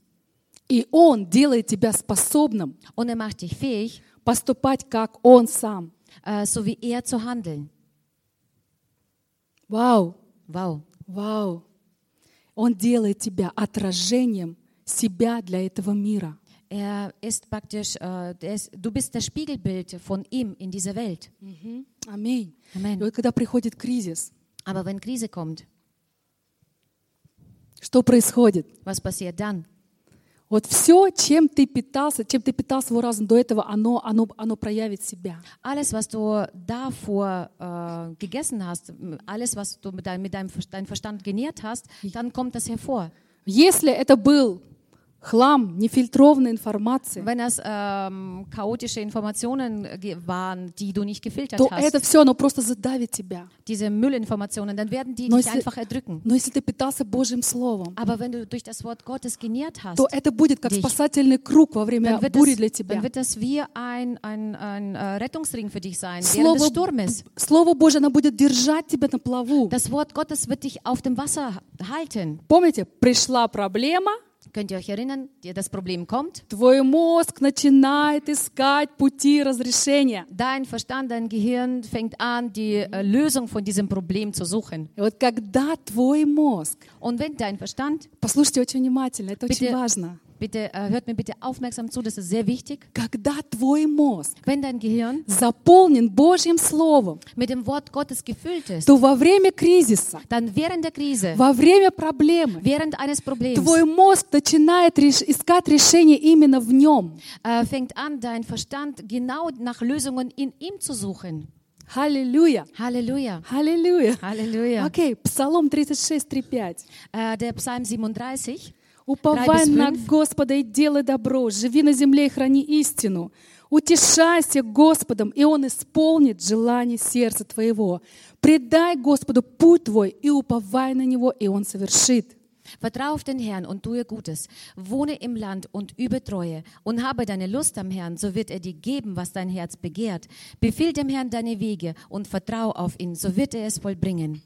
S1: И Он делает тебя способным
S2: Und er macht dich fähig,
S1: поступать, как Он сам.
S2: äh, so wie er zu handeln.
S1: Вау!
S2: Wow.
S1: Вау! Он делает тебя отражением себя для этого mira.
S2: Er ist praktisch, äh, der ist, du bist das Spiegelbild von ihm in dieser Welt.
S1: Аминь.
S2: Amen.
S1: И вот когда приходит кризис,
S2: Aber wenn Krise kommt,
S1: что происходит?
S2: was passiert dann?
S1: Вот все, чем ты питался, чем ты питал свой разум до этого, оно, оно, оно проявит себя.
S2: Alles, was du davor äh, gegessen hast, m- alles, was du mit, dein, mit deinem Verst- dein Verstand genährt hast, dann kommt das hervor.
S1: Если это был хлам, нефильтрованная информация,
S2: Wenn das ähm, chaotische Informationen äh, ge- waren, die du nicht gefiltert
S1: то это
S2: hast,
S1: все, оно просто задавит тебя.
S2: diese Müllinformationen, dann werden die
S1: Но
S2: dich
S1: если-
S2: einfach erdrücken.
S1: Но если ты питался Божьим Словом,
S2: Aber wenn du durch das Wort Gottes genährt hast,
S1: то это будет как
S2: Dich.
S1: спасательный круг во время
S2: dann wird,
S1: бури для
S2: das,
S1: тебя.
S2: dann wird das wie ein, ein, ein äh, Rettungsring für dich sein, während des
S1: Слово,
S2: Sturmes.
S1: Слово Божье, оно будет держать тебя на плаву.
S2: Das Wort Gottes wird dich auf dem Wasser halten.
S1: Помните, пришла проблема,
S2: Könnt ihr euch erinnern, dir das Problem kommt?
S1: твой мозг начинает искать пути разрешения.
S2: Dein Verstand, dein Gehirn fängt an, die äh, Lösung von diesem Problem zu suchen.
S1: И вот когда твой мозг,
S2: Und wenn dein Verstand,
S1: послушайте очень внимательно, это очень
S2: Bitte.
S1: важно,
S2: bitte äh, hört mir bitte aufmerksam zu, das ist sehr wichtig.
S1: когда твой мозг
S2: Wenn dein Gehirn
S1: заполнен Божьим Словом,
S2: mit dem Wort Gottes gefüllt ist,
S1: то во время кризиса,
S2: dann während der Krise,
S1: во время проблемы,
S2: während eines Problems,
S1: твой мозг начинает реш- искать решение именно в нем.
S2: äh, fängt an, dein Verstand genau nach Lösungen in ihm zu suchen.
S1: Аллилуйя!
S2: Halleluja.
S1: Аллилуйя!
S2: Halleluja.
S1: Окей, Псалом 36, 3,5.
S2: Äh, der Psalm 37.
S1: Уповай
S2: Рабис
S1: на
S2: Вульф.
S1: Господа и делай добро, живи на земле и храни истину. Утешайся Господом, и Он исполнит желание сердца твоего. Предай Господу путь твой и уповай на Него, и Он совершит.
S2: Vertraue auf den Herrn und tue Gutes. Wohne im Land und übe Treue. Und habe deine Lust am Herrn, so wird er dir geben, was dein Herz begehrt. Befiehl dem Herrn deine Wege und vertraue auf ihn, so wird er es vollbringen.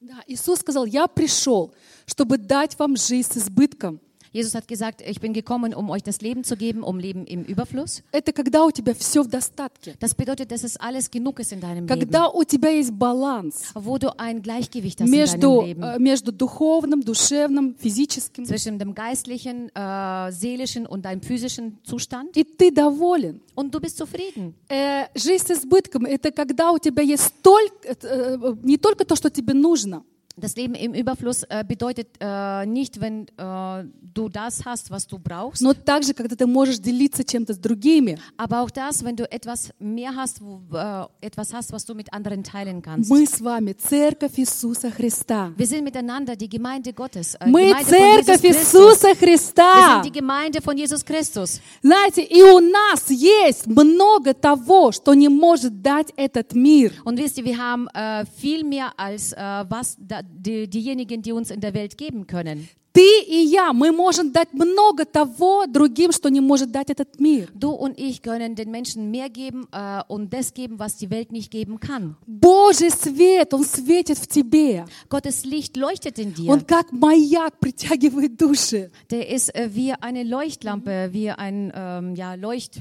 S1: Да, Иисус сказал, я пришел, чтобы дать вам жизнь с избытком.
S2: Jesus hat gesagt, ich bin gekommen, um euch das Leben zu geben, um Leben im Überfluss.
S1: Это когда у тебя все в достатке,
S2: Das bedeutet, dass es alles genug ist in deinem Leben.
S1: когда у тебя есть баланс
S2: Wo du ein Gleichgewicht hast in
S1: между,
S2: deinem Leben.
S1: э, между духовным, dушевным, физическим,
S2: Zwischen dem geistlichen, äh, seelischen und deinem physischen Zustand.
S1: и ты доволен.
S2: Und du bist zufrieden.
S1: Э, жизнь с избытком – это когда у тебя есть только, э, э, не только то, что тебе нужно,
S2: Das Leben im Überfluss äh, bedeutet äh, nicht, wenn äh, du das hast, was du brauchst,
S1: но также, когда ты можешь делиться чем-то с другими.
S2: aber auch das, wenn du etwas mehr hast, wo, äh, etwas hast, was du mit anderen teilen kannst.
S1: Мы с вами Церковь Иисуса Христа.
S2: Wir sind miteinander die Gemeinde Gottes. Äh,
S1: Мы
S2: Gemeinde
S1: Церковь
S2: Christus.
S1: Иисуса
S2: Wir
S1: Христа.
S2: sind die Gemeinde von Jesus Christus.
S1: Знаете, и у нас есть много того, что не может дать этот мир.
S2: Und wisst ihr, wir haben äh, viel mehr als äh, was da, die, diejenigen, die uns in der Welt geben können.
S1: Ты и я, мы можем дать много того другим, что не может дать этот мир.
S2: Du und ich können den Menschen mehr geben äh, und das geben, was die Welt nicht geben kann.
S1: Божий свет, он светит в тебе.
S2: Gottes Licht leuchtet in dir.
S1: Он как маяк притягивает души.
S2: Der ist äh, wie eine Leuchtlampe, wie ein ähm, ja, Leucht...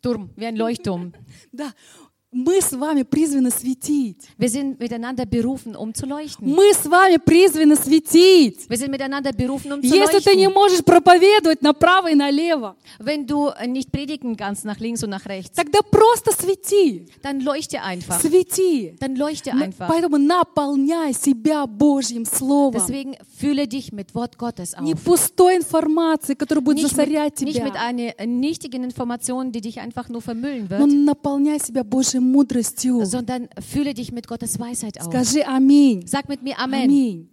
S2: Turm, wie ein Leuchtturm.
S1: Да, мы с вами призваны светить.
S2: Wir sind miteinander berufen, um zu leuchten.
S1: Мы с вами призваны светить.
S2: Wir sind miteinander berufen, um zu
S1: Если ты не
S2: leuchten.
S1: можешь проповедовать направо и налево,
S2: Wenn du äh, nicht predigen kannst nach links und nach rechts,
S1: тогда просто свети.
S2: dann leuchte einfach.
S1: Свети.
S2: Dann leuchte
S1: Мы-
S2: einfach.
S1: Поэтому наполняй себя Божьим Словом.
S2: Deswegen fühle dich mit Wort Gottes
S1: Не
S2: auf.
S1: пустой информацией, которая будет
S2: Nicht
S1: засорять
S2: mit, nicht mit
S1: тебя.
S2: einer äh, nichtigen Information, die dich einfach nur vermüllen
S1: Но
S2: wird,
S1: наполняй себя Божьей мудростью.
S2: sondern fühle dich mit Gottes Weisheit auf.
S1: Скажи аминь.
S2: Sag mit mir Amen.
S1: Аминь.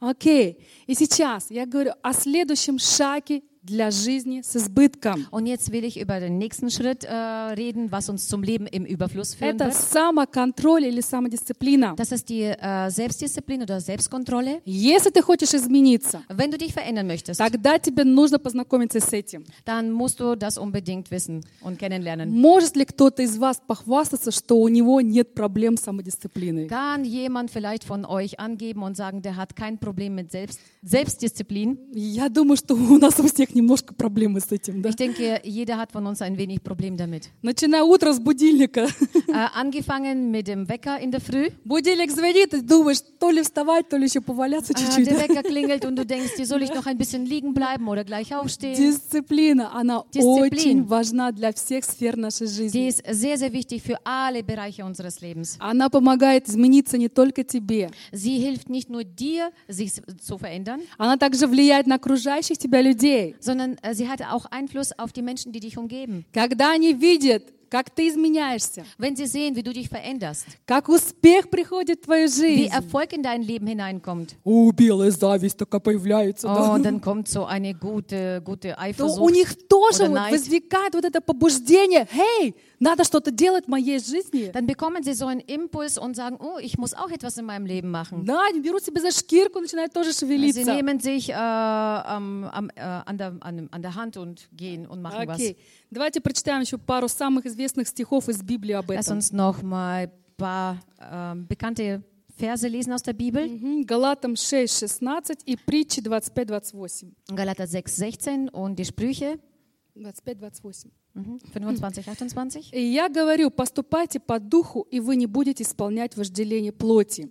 S1: Окей. И сейчас я говорю о следующем шаге для жизни с избытком.
S2: Und jetzt will ich über den nächsten Schritt äh, reden, was uns zum Leben im Überfluss führen
S1: Это
S2: wird.
S1: самоконтроль или самодисциплина.
S2: Das ist die äh, Selbstdisziplin oder Selbstkontrolle.
S1: Если ты хочешь измениться,
S2: Wenn du dich verändern möchtest,
S1: тогда тебе нужно познакомиться с этим.
S2: dann musst du das unbedingt wissen und kennenlernen.
S1: Может ли кто-то из вас похвастаться, что у него нет проблем с самодисциплиной?
S2: Kann jemand vielleicht von euch angeben und sagen, der hat kein Problem mit Selbst Selbstdisziplin?
S1: Я думаю, что у нас у всех немножко проблемы с этим. Да?
S2: Ich denke, jeder hat von uns ein wenig Problem damit.
S1: Начиная утро с будильника.
S2: Äh, angefangen mit dem Wecker in der Früh. Äh,
S1: Будильник звонит, и думаешь, то ли вставать, то ли еще поваляться
S2: Äh,
S1: чуть-чуть.
S2: der
S1: А, да?
S2: Wecker klingelt und du denkst, dir soll ich noch ein bisschen liegen bleiben oder gleich aufstehen?
S1: Дисциплина, она
S2: Дисциплин.
S1: очень важна для всех сфер нашей жизни.
S2: Die ist sehr, sehr wichtig für alle Bereiche unseres Lebens.
S1: Она помогает измениться не только тебе.
S2: Sie hilft nicht nur dir, sich zu verändern,
S1: Она также влияет на окружающих тебя людей.
S2: sondern äh, sie hat auch Einfluss auf die Menschen, die dich umgeben.
S1: Когда они видят, как ты изменяешься,
S2: Wenn sie sehen, wie du dich veränderst,
S1: как успех приходит в твою
S2: wie
S1: жизнь.
S2: Erfolg in dein Leben hineinkommt,
S1: О, белая зависть такая появляется. да.
S2: oh, dann kommt so eine gute, gute
S1: то у
S2: Eifersucht.
S1: них тоже
S2: oder
S1: вот
S2: Neid.
S1: возникает вот это побуждение, «Hey, надо что-то делать в моей жизни».
S2: Dann bekommen sie so einen Impuls und sagen, oh, ich muss auch etwas in meinem Leben machen.
S1: Да, они берут себя за шкирку, начинают тоже
S2: Sie
S1: шевелиться.
S2: nehmen sich äh, am, am, äh, an, der, an, an der Hand und gehen und machen
S1: Окей. Давайте прочитаем еще пару самых известных стихов из Библии об
S2: was. Lass
S1: этом.
S2: uns noch mal ein paar ähm, bekannte Verse lesen aus der Bibel.
S1: Мгм. Галатам 6:16 и Притчи 25:28.
S2: Galater 6, 16 und die Sprüche
S1: 25:28.
S2: mhm, 25, 28.
S1: «И я говорю, поступайте по духу, и вы не будете исполнять вожделение плоти».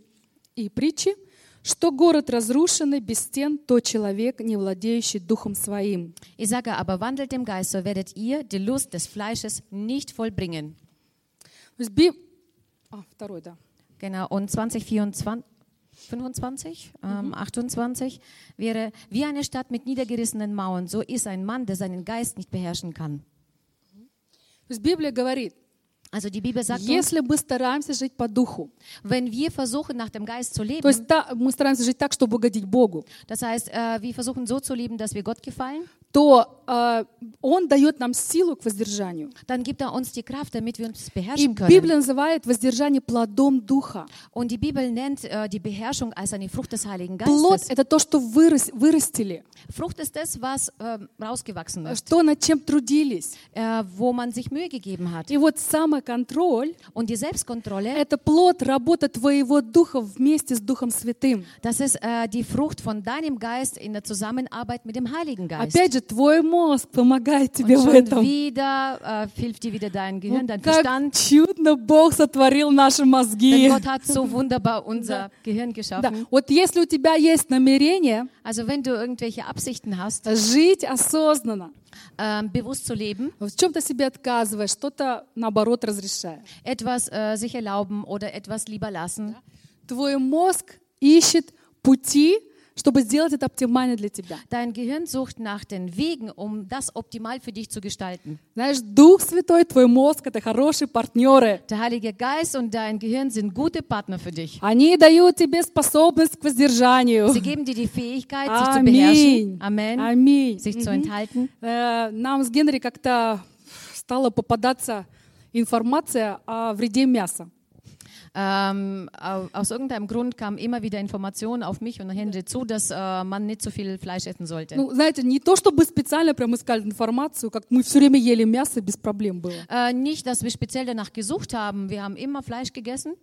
S1: И притчи, что город разрушенный без стен, то человек, не vladеющий духом своим.
S2: Ich sage aber, wandelt im Geist, so werdet ihr die Lust des Fleisches nicht vollbringen.
S1: То есть Би- А, второй, да.
S2: Genau, und 20, 24, 25, ähm, 28 wäre, wie eine Stadt mit niedergerissenen Mauern, so ist ein Mann, der seinen Geist nicht beherrschen kann.
S1: То есть Библия говорит,
S2: Also die Bibel sagt uns,
S1: если мы стараемся жить по духу,
S2: wenn wir versuchen, nach dem Geist zu
S1: то
S2: leben,
S1: есть та- мы стараемся жить так, чтобы угодить Богу,
S2: das heißt, äh, wir versuchen so zu leben, dass wir Gott gefallen,
S1: то э, Он дает нам силу к воздержанию.
S2: dann gibt er uns die Kraft, damit wir uns
S1: И
S2: beherrschen können.
S1: Библия называет воздержание плодом духа.
S2: Und die Bibel nennt äh, die Beherrschung als eine Frucht des Heiligen
S1: Плод —
S2: Geistes.
S1: это то, что вырос- вырастили,
S2: Frucht ist das, was ähm, rausgewachsen ist.
S1: что над чем трудились.
S2: äh, wo man sich Mühe gegeben hat.
S1: И вот самоконтроль
S2: Und
S1: —
S2: die Selbstkontrolle,
S1: это плод работы твоего духа вместе с Духом Святым.
S2: das ist äh, die Frucht von deinem Geist in der Zusammenarbeit mit dem Heiligen Geist.
S1: Опять же, твой мозг помогает
S2: Und
S1: тебе в
S2: schon
S1: этом.
S2: wieder äh, hilft dir wieder dein Gehirn, dein
S1: Как
S2: Verstand.
S1: чудно Бог сотворил наши
S2: Denn
S1: мозги.
S2: Gott hat so wunderbar unser Gehirn
S1: Да.
S2: geschaffen.
S1: Вот если у тебя есть намерение
S2: Also wenn du irgendwelche Absichten hast,
S1: жить осознанно,
S2: ähm, bewusst zu leben,
S1: в чем-то себе отказываешь, что-то наоборот разрешаешь,
S2: etwas äh, sich erlauben oder etwas lieber lassen,
S1: твой мозг ищет пути, чтобы сделать это оптимально для тебя.
S2: dein Gehirn sucht nach den Wegen, um das optimal für dich zu gestalten.
S1: Знаешь, Дух Святой, твой мозг — это хорошие партнеры.
S2: Der Heilige Geist und dein Gehirn sind gute Partner für dich.
S1: Они дают тебе способность к воздержанию.
S2: Sie geben dir die Fähigkeit, sich zu
S1: Аминь.
S2: beherrschen. Amen.
S1: Аминь.
S2: Sich zu
S1: Мгм.
S2: enthalten.
S1: Э, Нам с Генри как-то стала попадаться информация о вреде мяса.
S2: Ähm, au- aus irgendeinem Grund kamen immer wieder Informationen auf mich und Henry zu, dass äh, man nicht so viel Fleisch essen sollte.
S1: Ну, знаете, не то чтобы специально прям искали информацию, как мы все время ели мясо, без проблем было.
S2: Äh, nicht, dass wir speziell danach gesucht haben. Wir haben immer Fleisch gegessen.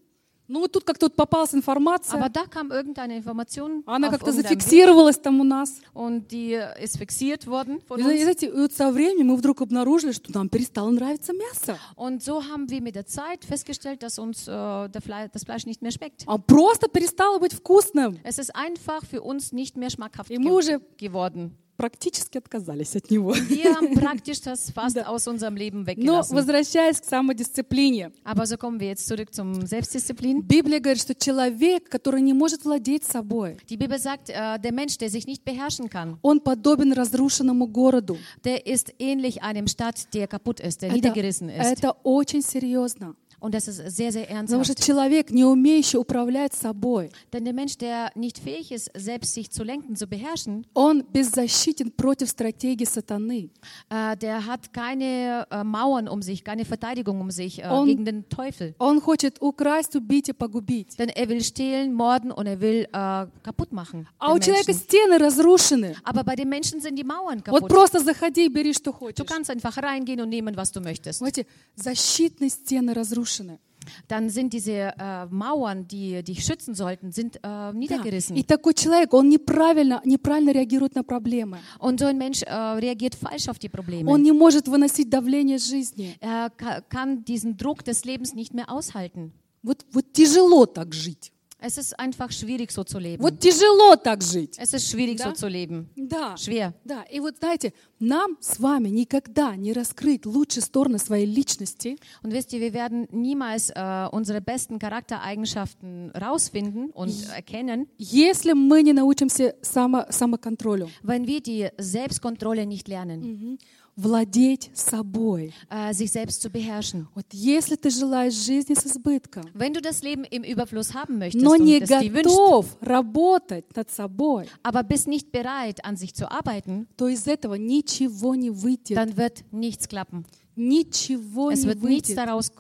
S1: Ну, вот тут как-то вот попалась
S2: Aber
S1: информация,
S2: da kam irgendeine Information
S1: она
S2: auf
S1: как-то
S2: irgendeinem
S1: зафиксировалась там у нас.
S2: Weg und die äh, ist fixiert
S1: И,
S2: worden von
S1: зна- и
S2: uns.
S1: знаете, и вот со временем мы вдруг обнаружили, что нам перестало нравиться мясо.
S2: Und so haben wir mit der Zeit festgestellt, dass uns äh, der Fle das Fleisch nicht mehr schmeckt.
S1: А просто перестало быть вкусным.
S2: Es ist einfach für uns nicht mehr schmackhaft
S1: И мы уже
S2: ge geworden.
S1: практически отказались от него.
S2: Wir haben praktisch das fast aus unserem Leben
S1: Но
S2: weggelassen.
S1: возвращаясь к самодисциплине,
S2: Aber so kommen wir jetzt zurück zum Selbstdisziplin.
S1: Библия говорит, что человек, который не может владеть собой,
S2: Die Bibel sagt, äh, der Mensch, der sich nicht beherrschen kann,
S1: он подобен разрушенному городу.
S2: der ist ähnlich einem Stadt, der kaputt ist, der
S1: Это,
S2: niedergerissen ist.
S1: это очень серьезно.
S2: Und das ist sehr, sehr
S1: Потому что
S2: ernsthaft.
S1: человек, не умеющий управлять собой,
S2: Denn der Mensch, der nicht fähig ist, selbst sich zu lenken, zu beherrschen,
S1: он беззащитен против стратегии сатаны.
S2: äh, der hat keine äh, Mauern um sich, keine Verteidigung um sich äh,
S1: Und-
S2: gegen den Teufel.
S1: Он хочет украсть, убить и погубить.
S2: Denn er will stehlen, morden und er will äh, kaputt machen.
S1: А у
S2: den
S1: человека
S2: Menschen.
S1: стены разрушены.
S2: Aber bei den Menschen sind die Mauern
S1: Вот
S2: kaputt.
S1: просто заходи и бери, что
S2: Du
S1: хочешь.
S2: kannst einfach reingehen und nehmen, was du möchtest.
S1: Смотрите, защитные стены разрушены.
S2: Dann sind diese äh, Mauern, die dich schützen sollten, sind äh,
S1: Да.
S2: niedergerissen.
S1: И такой человек, он неправильно, неправильно реагирует на проблемы.
S2: Und so ein Mensch äh, reagiert falsch auf die Probleme.
S1: Он не может выносить давление жизни.
S2: er ka kann diesen Druck des Lebens nicht mehr aushalten.
S1: Вот, вот тяжело так жить.
S2: Es ist einfach schwierig, so zu leben.
S1: Вот тяжело так жить.
S2: Es ist schwierig,
S1: Da?
S2: so zu leben.
S1: Да.
S2: Schwer.
S1: Да, и вот знаете, нам с вами никогда не раскрыть лучшие стороны своей личности,
S2: Und wisst ihr, wir werden niemals äh, unsere besten Charaktereigenschaften rausfinden und erkennen,
S1: если мы не научимся само, самоконтролю,
S2: wenn wir die Selbstkontrolle nicht
S1: Mhm.
S2: lernen,
S1: владеть собой.
S2: äh, sich selbst zu beherrschen.
S1: Вот если ты желаешь жизни с избытком,
S2: Wenn du das Leben im Überfluss haben möchtest
S1: но не
S2: und es dir wünschst,
S1: готов работать над собой,
S2: aber bist nicht bereit, an sich zu arbeiten,
S1: то из этого ничего не выйдет.
S2: dann wird nichts klappen.
S1: Ничего
S2: Es
S1: не
S2: wird nichts
S1: выйдет.
S2: daraus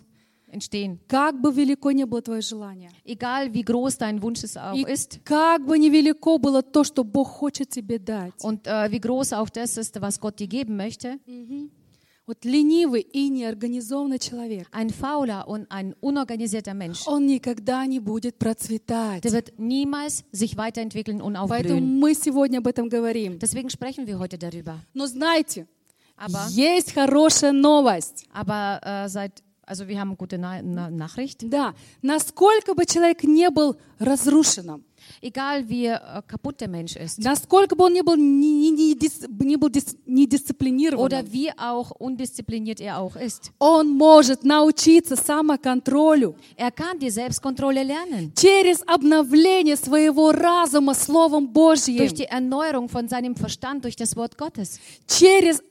S2: entstehen.
S1: Как бы велико не было твое желание,
S2: Egal wie groß dein Wunsch es auch
S1: и
S2: ist
S1: как бы невелико было то, что Бог хочет тебе дать.
S2: und äh, wie groß auch das ist, was Gott dir geben möchte,
S1: Вот ленивый и неорганизованный человек,
S2: ein fauler und ein unorganisierter Mensch,
S1: он никогда не будет процветать.
S2: der wird niemals sich weiterentwickeln und
S1: Поэтому
S2: aufblühen.
S1: мы сегодня об этом говорим.
S2: Deswegen sprechen wir heute darüber.
S1: Но знайте,
S2: Aber,
S1: есть хорошая новость.
S2: aber äh, seit, also wir haben gute Na Na Nachricht.
S1: Да, насколько бы человек не был разрушенным,
S2: Egal wie äh, kaputt der Mensch ist
S1: Насколько бы он ни был, ни, ни- ни дис- не был дис- недисциплинированным,
S2: oder wie auch undiszipliniert er auch ist,
S1: он может научиться самоконтролю
S2: er kann die Selbstkontrolle lernen.
S1: через обновление своего разума Словом Божьим,
S2: Durch die Erneuerung von seinem Verstand durch das Wort Gottes.
S1: через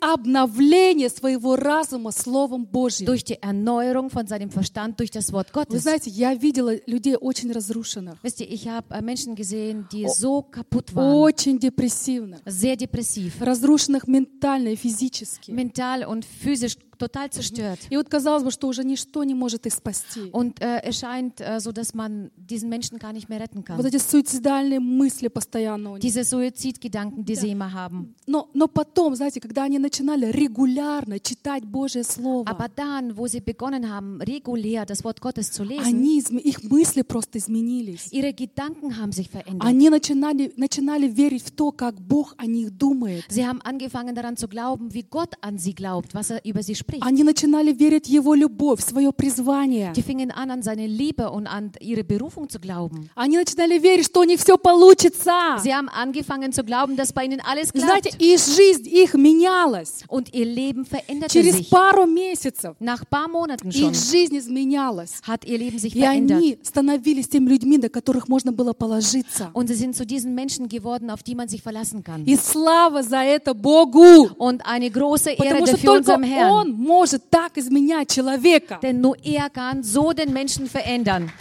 S1: обновление своего разума Словом Божьим.
S2: Durch die Erneuerung von seinem Verstand durch das Wort
S1: Вы
S2: Gottes.
S1: знаете, я видела людей очень разрушенных,
S2: Wisst ihr, ich habe äh, Menschen gesehen, die so
S1: Oh.
S2: kaputt waren,
S1: очень депрессивных,
S2: sehr depressiv,
S1: разрушенных ментально и физически.
S2: mental und physisch total zerstört.
S1: И вот казалось бы, что уже ничто не может их спасти.
S2: Und äh, es scheint äh, so, dass man diesen Menschen gar nicht mehr retten
S1: Вот
S2: kann.
S1: эти суицидальные мысли постоянно у них.
S2: Diese Suizidgedanken, die sie immer haben.
S1: Но, но потом, знаете, когда они начинали регулярно читать Божье Слово,
S2: Aber dann, wo sie begonnen haben, regulär das Wort Gottes zu lesen,
S1: они, изме- их мысли просто изменились.
S2: ihre Gedanken haben sich verändert.
S1: Они начинали, начинали верить в то, как Бог о них думает.
S2: Sie haben angefangen daran zu glauben, wie Gott an sie glaubt, was er über sie spricht.
S1: Они начинали верить в Его любовь, в свое призвание.
S2: Die fingen an, an seine Liebe und an ihre Berufung zu glauben.
S1: Они начинали верить, что у них все получится.
S2: Sie haben angefangen zu glauben, dass bei ihnen alles
S1: Знаете,
S2: klappt.
S1: и жизнь их менялась.
S2: Und ihr Leben veränderte
S1: Через
S2: sich.
S1: пару месяцев
S2: Nach paar Monaten schon
S1: их жизнь изменялась.
S2: hat ihr Leben sich
S1: И
S2: verändert.
S1: они становились теми людьми, на которых можно было положиться.
S2: Und sie sind zu diesen Menschen geworden, auf die man sich verlassen kann.
S1: И слава за это Богу!
S2: Und eine große Ehre
S1: Потому что
S2: dafür
S1: только
S2: unserem Herrn.
S1: Он может так изменять человека.
S2: Denn nur er kann so den Menschen verändern.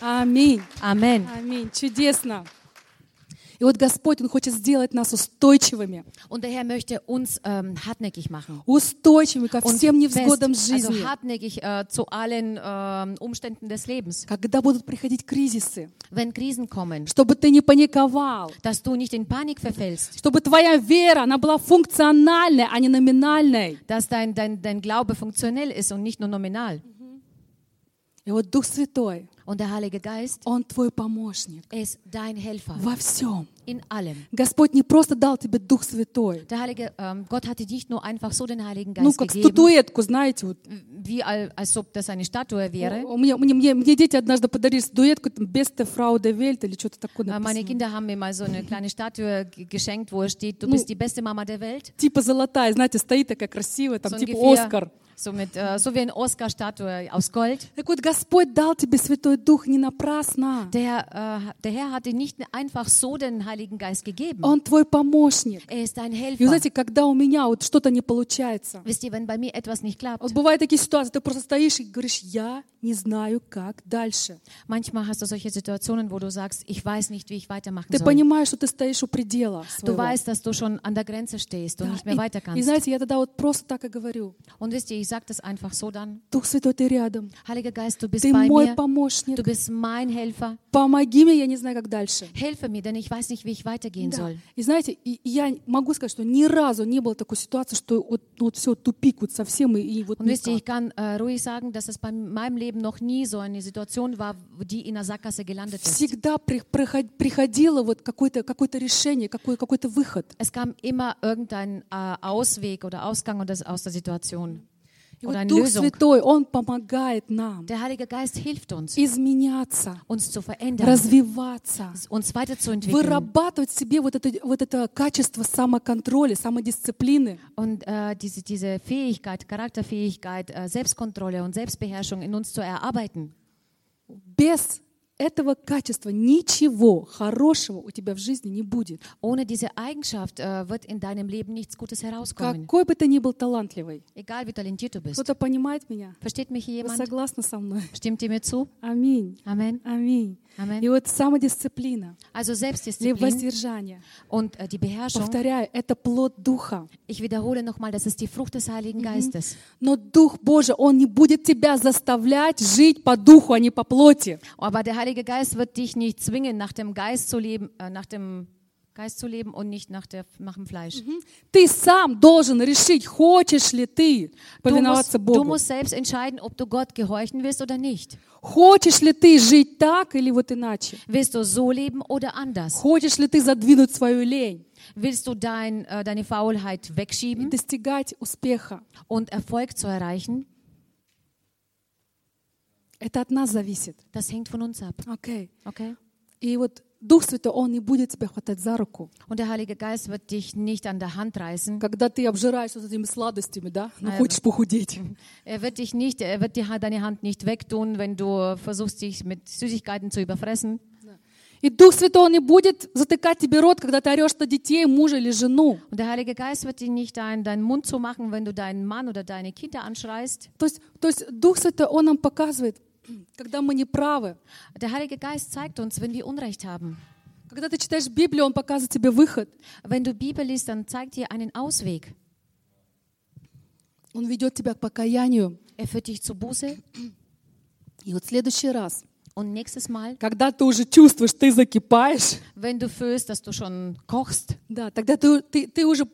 S1: Аминь.
S2: Amen.
S1: Аминь. Чудесно. И вот Господь, Он хочет сделать нас устойчivыми.
S2: Und der Herr möchte uns ähm, hartnäckig machen.
S1: Устойчивыми ко
S2: Und
S1: всем
S2: fest,
S1: невзгодам
S2: also
S1: жизни.
S2: hartnäckig äh, zu allen ähm, Umständen des Lebens.
S1: Когда будут приходить кризисы,
S2: Wenn Krisen kommen,
S1: чтобы ты не паниковал,
S2: dass du nicht in Panik verfällst,
S1: чтобы твоя вера, она была функциональной, а не номинальной.
S2: dass dein, dein, dein Glaube funktionell ist und nicht nur nominal.
S1: И вот Дух Святой,
S2: Und der Heilige Geist
S1: Он твой помощник
S2: ist dein Helfer
S1: во всем.
S2: in allem.
S1: Господь не просто дал тебе Дух Святой,
S2: Der Heilige, ähm, Gott hatte nicht nur einfach so den Heiligen
S1: ну,
S2: Geist
S1: как
S2: gegeben,
S1: статуэтку, знаете, вот
S2: wie al- als ob das eine Statue wäre.
S1: У меня, мне, мне, мне дети однажды подарили дуэтку там «Beste Frau der Welt» или что-то такое
S2: Äh,
S1: написано.
S2: Meine Kinder haben mir mal so eine kleine Statue g- geschenkt, wo es steht, du
S1: Ну,
S2: bist die beste Mama der Welt.
S1: Типа золотая, знаете, стоит такая красивая, там
S2: So
S1: типа
S2: ungefähr
S1: Оскар.
S2: So, mit, äh, so wie eine Oscar-Statue aus Gold.
S1: Так вот, Господь дал тебе Святой Дух не напрасно.
S2: Der, äh, der Herr hat dir nicht einfach so den Heiligen Geist gegeben.
S1: Он твой помощник.
S2: Er ist dein
S1: И вы
S2: Helfer.
S1: знаете, когда у меня вот что-то не получается,
S2: Wisst ihr, wenn bei mir etwas nicht klappt,
S1: вот бывают такие ситуации, ты просто стоишь и говоришь, я не знаю, как дальше.
S2: manchmal hast du solche Situationen, wo du sagst, ich weiß nicht, wie ich weitermachen
S1: Ты
S2: soll.
S1: понимаешь, что ты стоишь у предела
S2: Du
S1: своего.
S2: weißt, dass du schon an der Grenze stehst und
S1: Да,
S2: nicht mehr weiter
S1: и, и
S2: kannst.
S1: знаете, я тогда вот просто так и говорю.
S2: Und wisst ihr, ich sage das einfach so dann.
S1: Дух Святой, ты рядом.
S2: Heiliger Geist, du bist
S1: Ты
S2: bei
S1: мой
S2: mir.
S1: помощник.
S2: Du bist mein Helfer.
S1: Помоги мне, я не знаю, как дальше.
S2: Helfe mir, denn ich weiß nicht, wie ich weitergehen
S1: Да.
S2: soll.
S1: И знаете, и- и я могу сказать, что ни разу не было такой ситуации, что вот, все, тупик, вот совсем и, и вот
S2: Und wisst ihr,
S1: никак.
S2: ich kann äh, ruhig sagen, dass es bei meinem Leben noch nie so eine Situation war, die in der Sackgasse gelandet ist.
S1: Всегда при- приход- приходило вот какое-то какое решение, какой, какой-то выход.
S2: Es kam immer irgendein äh, Ausweg oder Ausgang oder- aus der Situation
S1: И
S2: oder
S1: вот
S2: eine
S1: Дух
S2: Lösung.
S1: Святой, Он помогает нам
S2: Der Heilige Geist hilft uns,
S1: изменяться,
S2: uns zu verändern,
S1: развиваться,
S2: uns weiterzuentwickeln
S1: вырабатывать в себе вот это, вот это качество самоконтроля, самодисциплины.
S2: und äh, diese, diese Fähigkeit, Charakterfähigkeit, äh, Selbstkontrolle und Selbstbeherrschung in uns zu erarbeiten.
S1: Без этого качества ничего хорошего у тебя в жизни не будет.
S2: Ohne diese Eigenschaft äh, wird in deinem Leben nichts Gutes herauskommen,
S1: Какой бы ты ни был талантливый.
S2: egal wie talentiert du bist.
S1: Кто-то понимает меня?
S2: Versteht mich hier
S1: Вы
S2: jemand?
S1: согласны со мной?
S2: Stimmt ihr mir zu?
S1: Аминь.
S2: Amen.
S1: Аминь.
S2: Amen.
S1: И вот самодисциплина,
S2: Also Selbstdisziplin
S1: воздержание.
S2: und äh, die Beherrschung.
S1: Повторяю, это плод Духа.
S2: Ich wiederhole nochmal, das ist die Frucht des Heiligen Geistes.
S1: Но Дух Божий, Он не будет тебя заставлять жить по Духу, а не по плоти.
S2: Aber der Heilige Geist wird dich nicht zwingen, nach dem Geist zu leben, äh, nach dem Geist zu leben und nicht nach, der, nach dem Fleisch.
S1: Mhm. Ты сам должен решить, хочешь ли ты
S2: Du, musst,
S1: повиноваться
S2: du
S1: Богу.
S2: musst selbst entscheiden, ob du Gott gehorchen willst oder nicht.
S1: Хочешь ли ты жить так или вот иначе?
S2: Willst du so leben oder anders?
S1: Хочешь ли ты задвинуть свою лень
S2: Willst du dein, äh, deine Faulheit
S1: и
S2: wegschieben
S1: достигать успеха?
S2: und Erfolg zu erreichen?
S1: Это от нас зависит.
S2: Das hängt von uns ab.
S1: Окей.
S2: Okay?
S1: И вот Дух Святой, Он не будет тебя хватать за руку,
S2: Und der Heilige Geist wird dich nicht an der Hand reißen.
S1: когда ты обжираешься вот этими сладостями, да? Ну,
S2: Наверное.
S1: хочешь похудеть.
S2: Er wird dich nicht, er wird dir deine Hand nicht wegtun, wenn du versuchst, dich mit Süßigkeiten zu überfressen.
S1: И Дух Святой, Он не будет затыкать тебе рот, когда ты орешь на детей, мужа или жену.
S2: Und der Heilige Geist wird dir nicht dein, deinen Mund zumachen, wenn du deinen Mann oder deine Kinder anschreist.
S1: То есть, то есть Дух Святой, Он нам показывает, когда мы неправы.
S2: Der Heilige Geist zeigt uns, wenn wir Unrecht haben.
S1: Когда ты читаешь Библию, Он показывает тебе выход.
S2: Wenn du Bibel liest, dann zeigt dir einen Ausweg.
S1: Он ведет тебя к покаянию.
S2: Er führt dich zur Buße
S1: И вот в следующий раз,
S2: und nächstes Mal,
S1: когда ты уже чувствуешь, ты закипаешь,
S2: wenn du fühlst, dass du schon kochst,
S1: да, тогда ты, ты, ты уже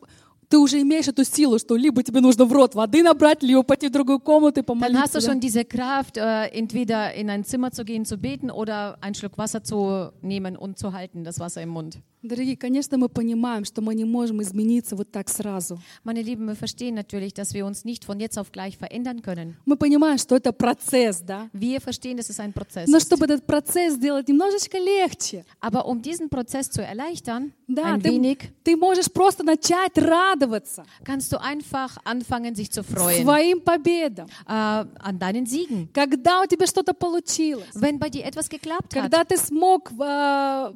S1: ты уже имеешь эту силу, что либо тебе нужно в рот воды набрать, либо пойти в другую комнату и
S2: dann hast
S1: помолиться.
S2: du
S1: да.
S2: schon diese Kraft, äh, entweder in ein Zimmer zu gehen, zu beten oder einen Schluck Wasser zu nehmen und zu halten, das Wasser im Mund.
S1: Дорогие, конечно, мы понимаем, что мы не можем измениться вот так сразу.
S2: Meine Lieben, wir verstehen natürlich, dass wir uns nicht von jetzt auf gleich verändern können.
S1: Мы понимаем, что это процесс, да?
S2: Wir verstehen, dass es ein Prozess
S1: Но
S2: ist.
S1: чтобы этот процесс сделать немножечко легче,
S2: Aber um diesen Prozess zu erleichtern,
S1: да,
S2: ein
S1: ты,
S2: wenig,
S1: ты можешь просто начать радоваться
S2: kannst du einfach anfangen, sich zu freuen äh,
S1: своим победам.
S2: an deinen Siegen.
S1: Когда у тебя что-то получилось,
S2: Wenn bei dir etwas geklappt hat,
S1: когда ты смог а,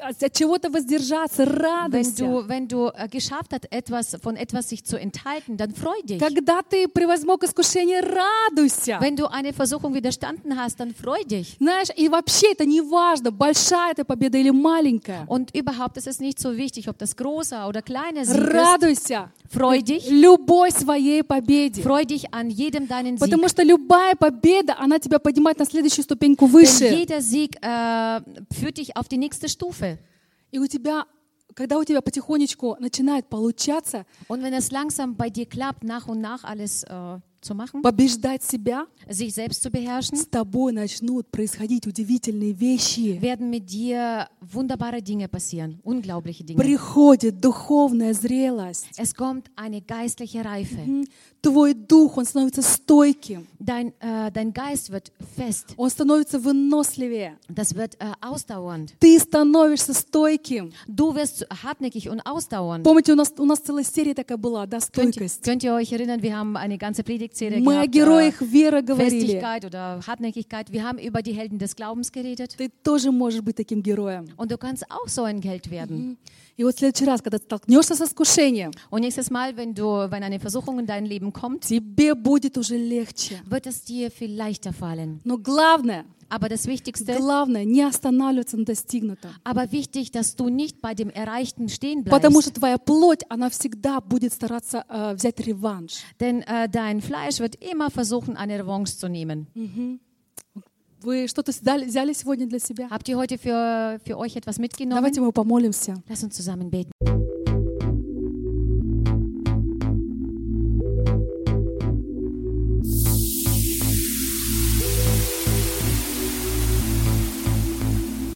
S1: от чего-то воздержаться,
S2: wenn
S1: радуйся.
S2: du, wenn du äh, geschafft hast, etwas, von etwas sich zu enthalten, dann freu dich.
S1: Когда ты превозмог искушение, радуйся.
S2: Wenn du eine Versuchung widerstanden hast, dann freu dich.
S1: Знаешь, и вообще это не важно, большая это победа или маленькая.
S2: Und überhaupt ist es nicht so wichtig, ob das großer oder kleiner Sieg ist.
S1: Радуйся
S2: Freu dich.
S1: любой своей победе.
S2: Freu dich an jedem deinen Sieg.
S1: Потому что любая победа, она тебя поднимает на следующую ступеньку
S2: Denn
S1: выше.
S2: jeder Sieg äh, führt dich auf die nächste Stufe.
S1: И у тебя, когда у тебя потихонечку начинает получаться,
S2: Und wenn es langsam bei dir klappt, nach und nach alles äh, zu machen,
S1: побеждать себя,
S2: sich selbst zu
S1: с
S2: beherrschen,
S1: тобой начнут происходить удивительные вещи.
S2: werden mit dir wunderbare Dinge passieren, unglaubliche Dinge.
S1: Приходит духовная зрелость.
S2: Es kommt eine geistliche Reife.
S1: М, Твой дух, он становится стойким,
S2: Dein, äh, dein Geist wird fest.
S1: он становится выносливее.
S2: Das wird äh, ausdauernd.
S1: Ты становишься stойким.
S2: Du wirst hartnäckig und ausdauernd.
S1: Помните, у нас, у нас целая серия такая была, да,
S2: Könnt ihr,
S1: стойкость.
S2: könnt ihr euch erinnern, wir haben eine ganze Predigtserie
S1: Мы о
S2: gehabt. äh,
S1: героях веры говорили.
S2: Festigkeit oder Hartnäckigkeit. Wir haben über die Helden des Glaubens geredet.
S1: Ты тоже можешь быть таким героем.
S2: Und du kannst auch so ein Held werden.
S1: И вот в следующий раз, когда ты столкнешься с искушением,
S2: Und nächstes Mal, wenn du, wenn eine Versuchung in dein Leben kommt,
S1: тебе будет уже легче.
S2: wird es dir viel leichter fallen.
S1: Но главное,
S2: Aber das Wichtigste,
S1: главное не останавливаться на достигнутом.
S2: aber wichtig, dass du nicht bei dem Erreichten stehen
S1: Потому
S2: bleibst.
S1: что твоя плоть, она всегда будет starаться э, взять реванш.
S2: Denn äh, dein Fleisch wird immer versuchen, eine Revanche zu nehmen.
S1: Hm. Вы что-то сдали- взяли
S2: А,
S1: сегодня для себя?
S2: Habt ihr heute für, für euch etwas mitgenommen?
S1: Давайте мы помолимся.
S2: Lass uns zusammen beten.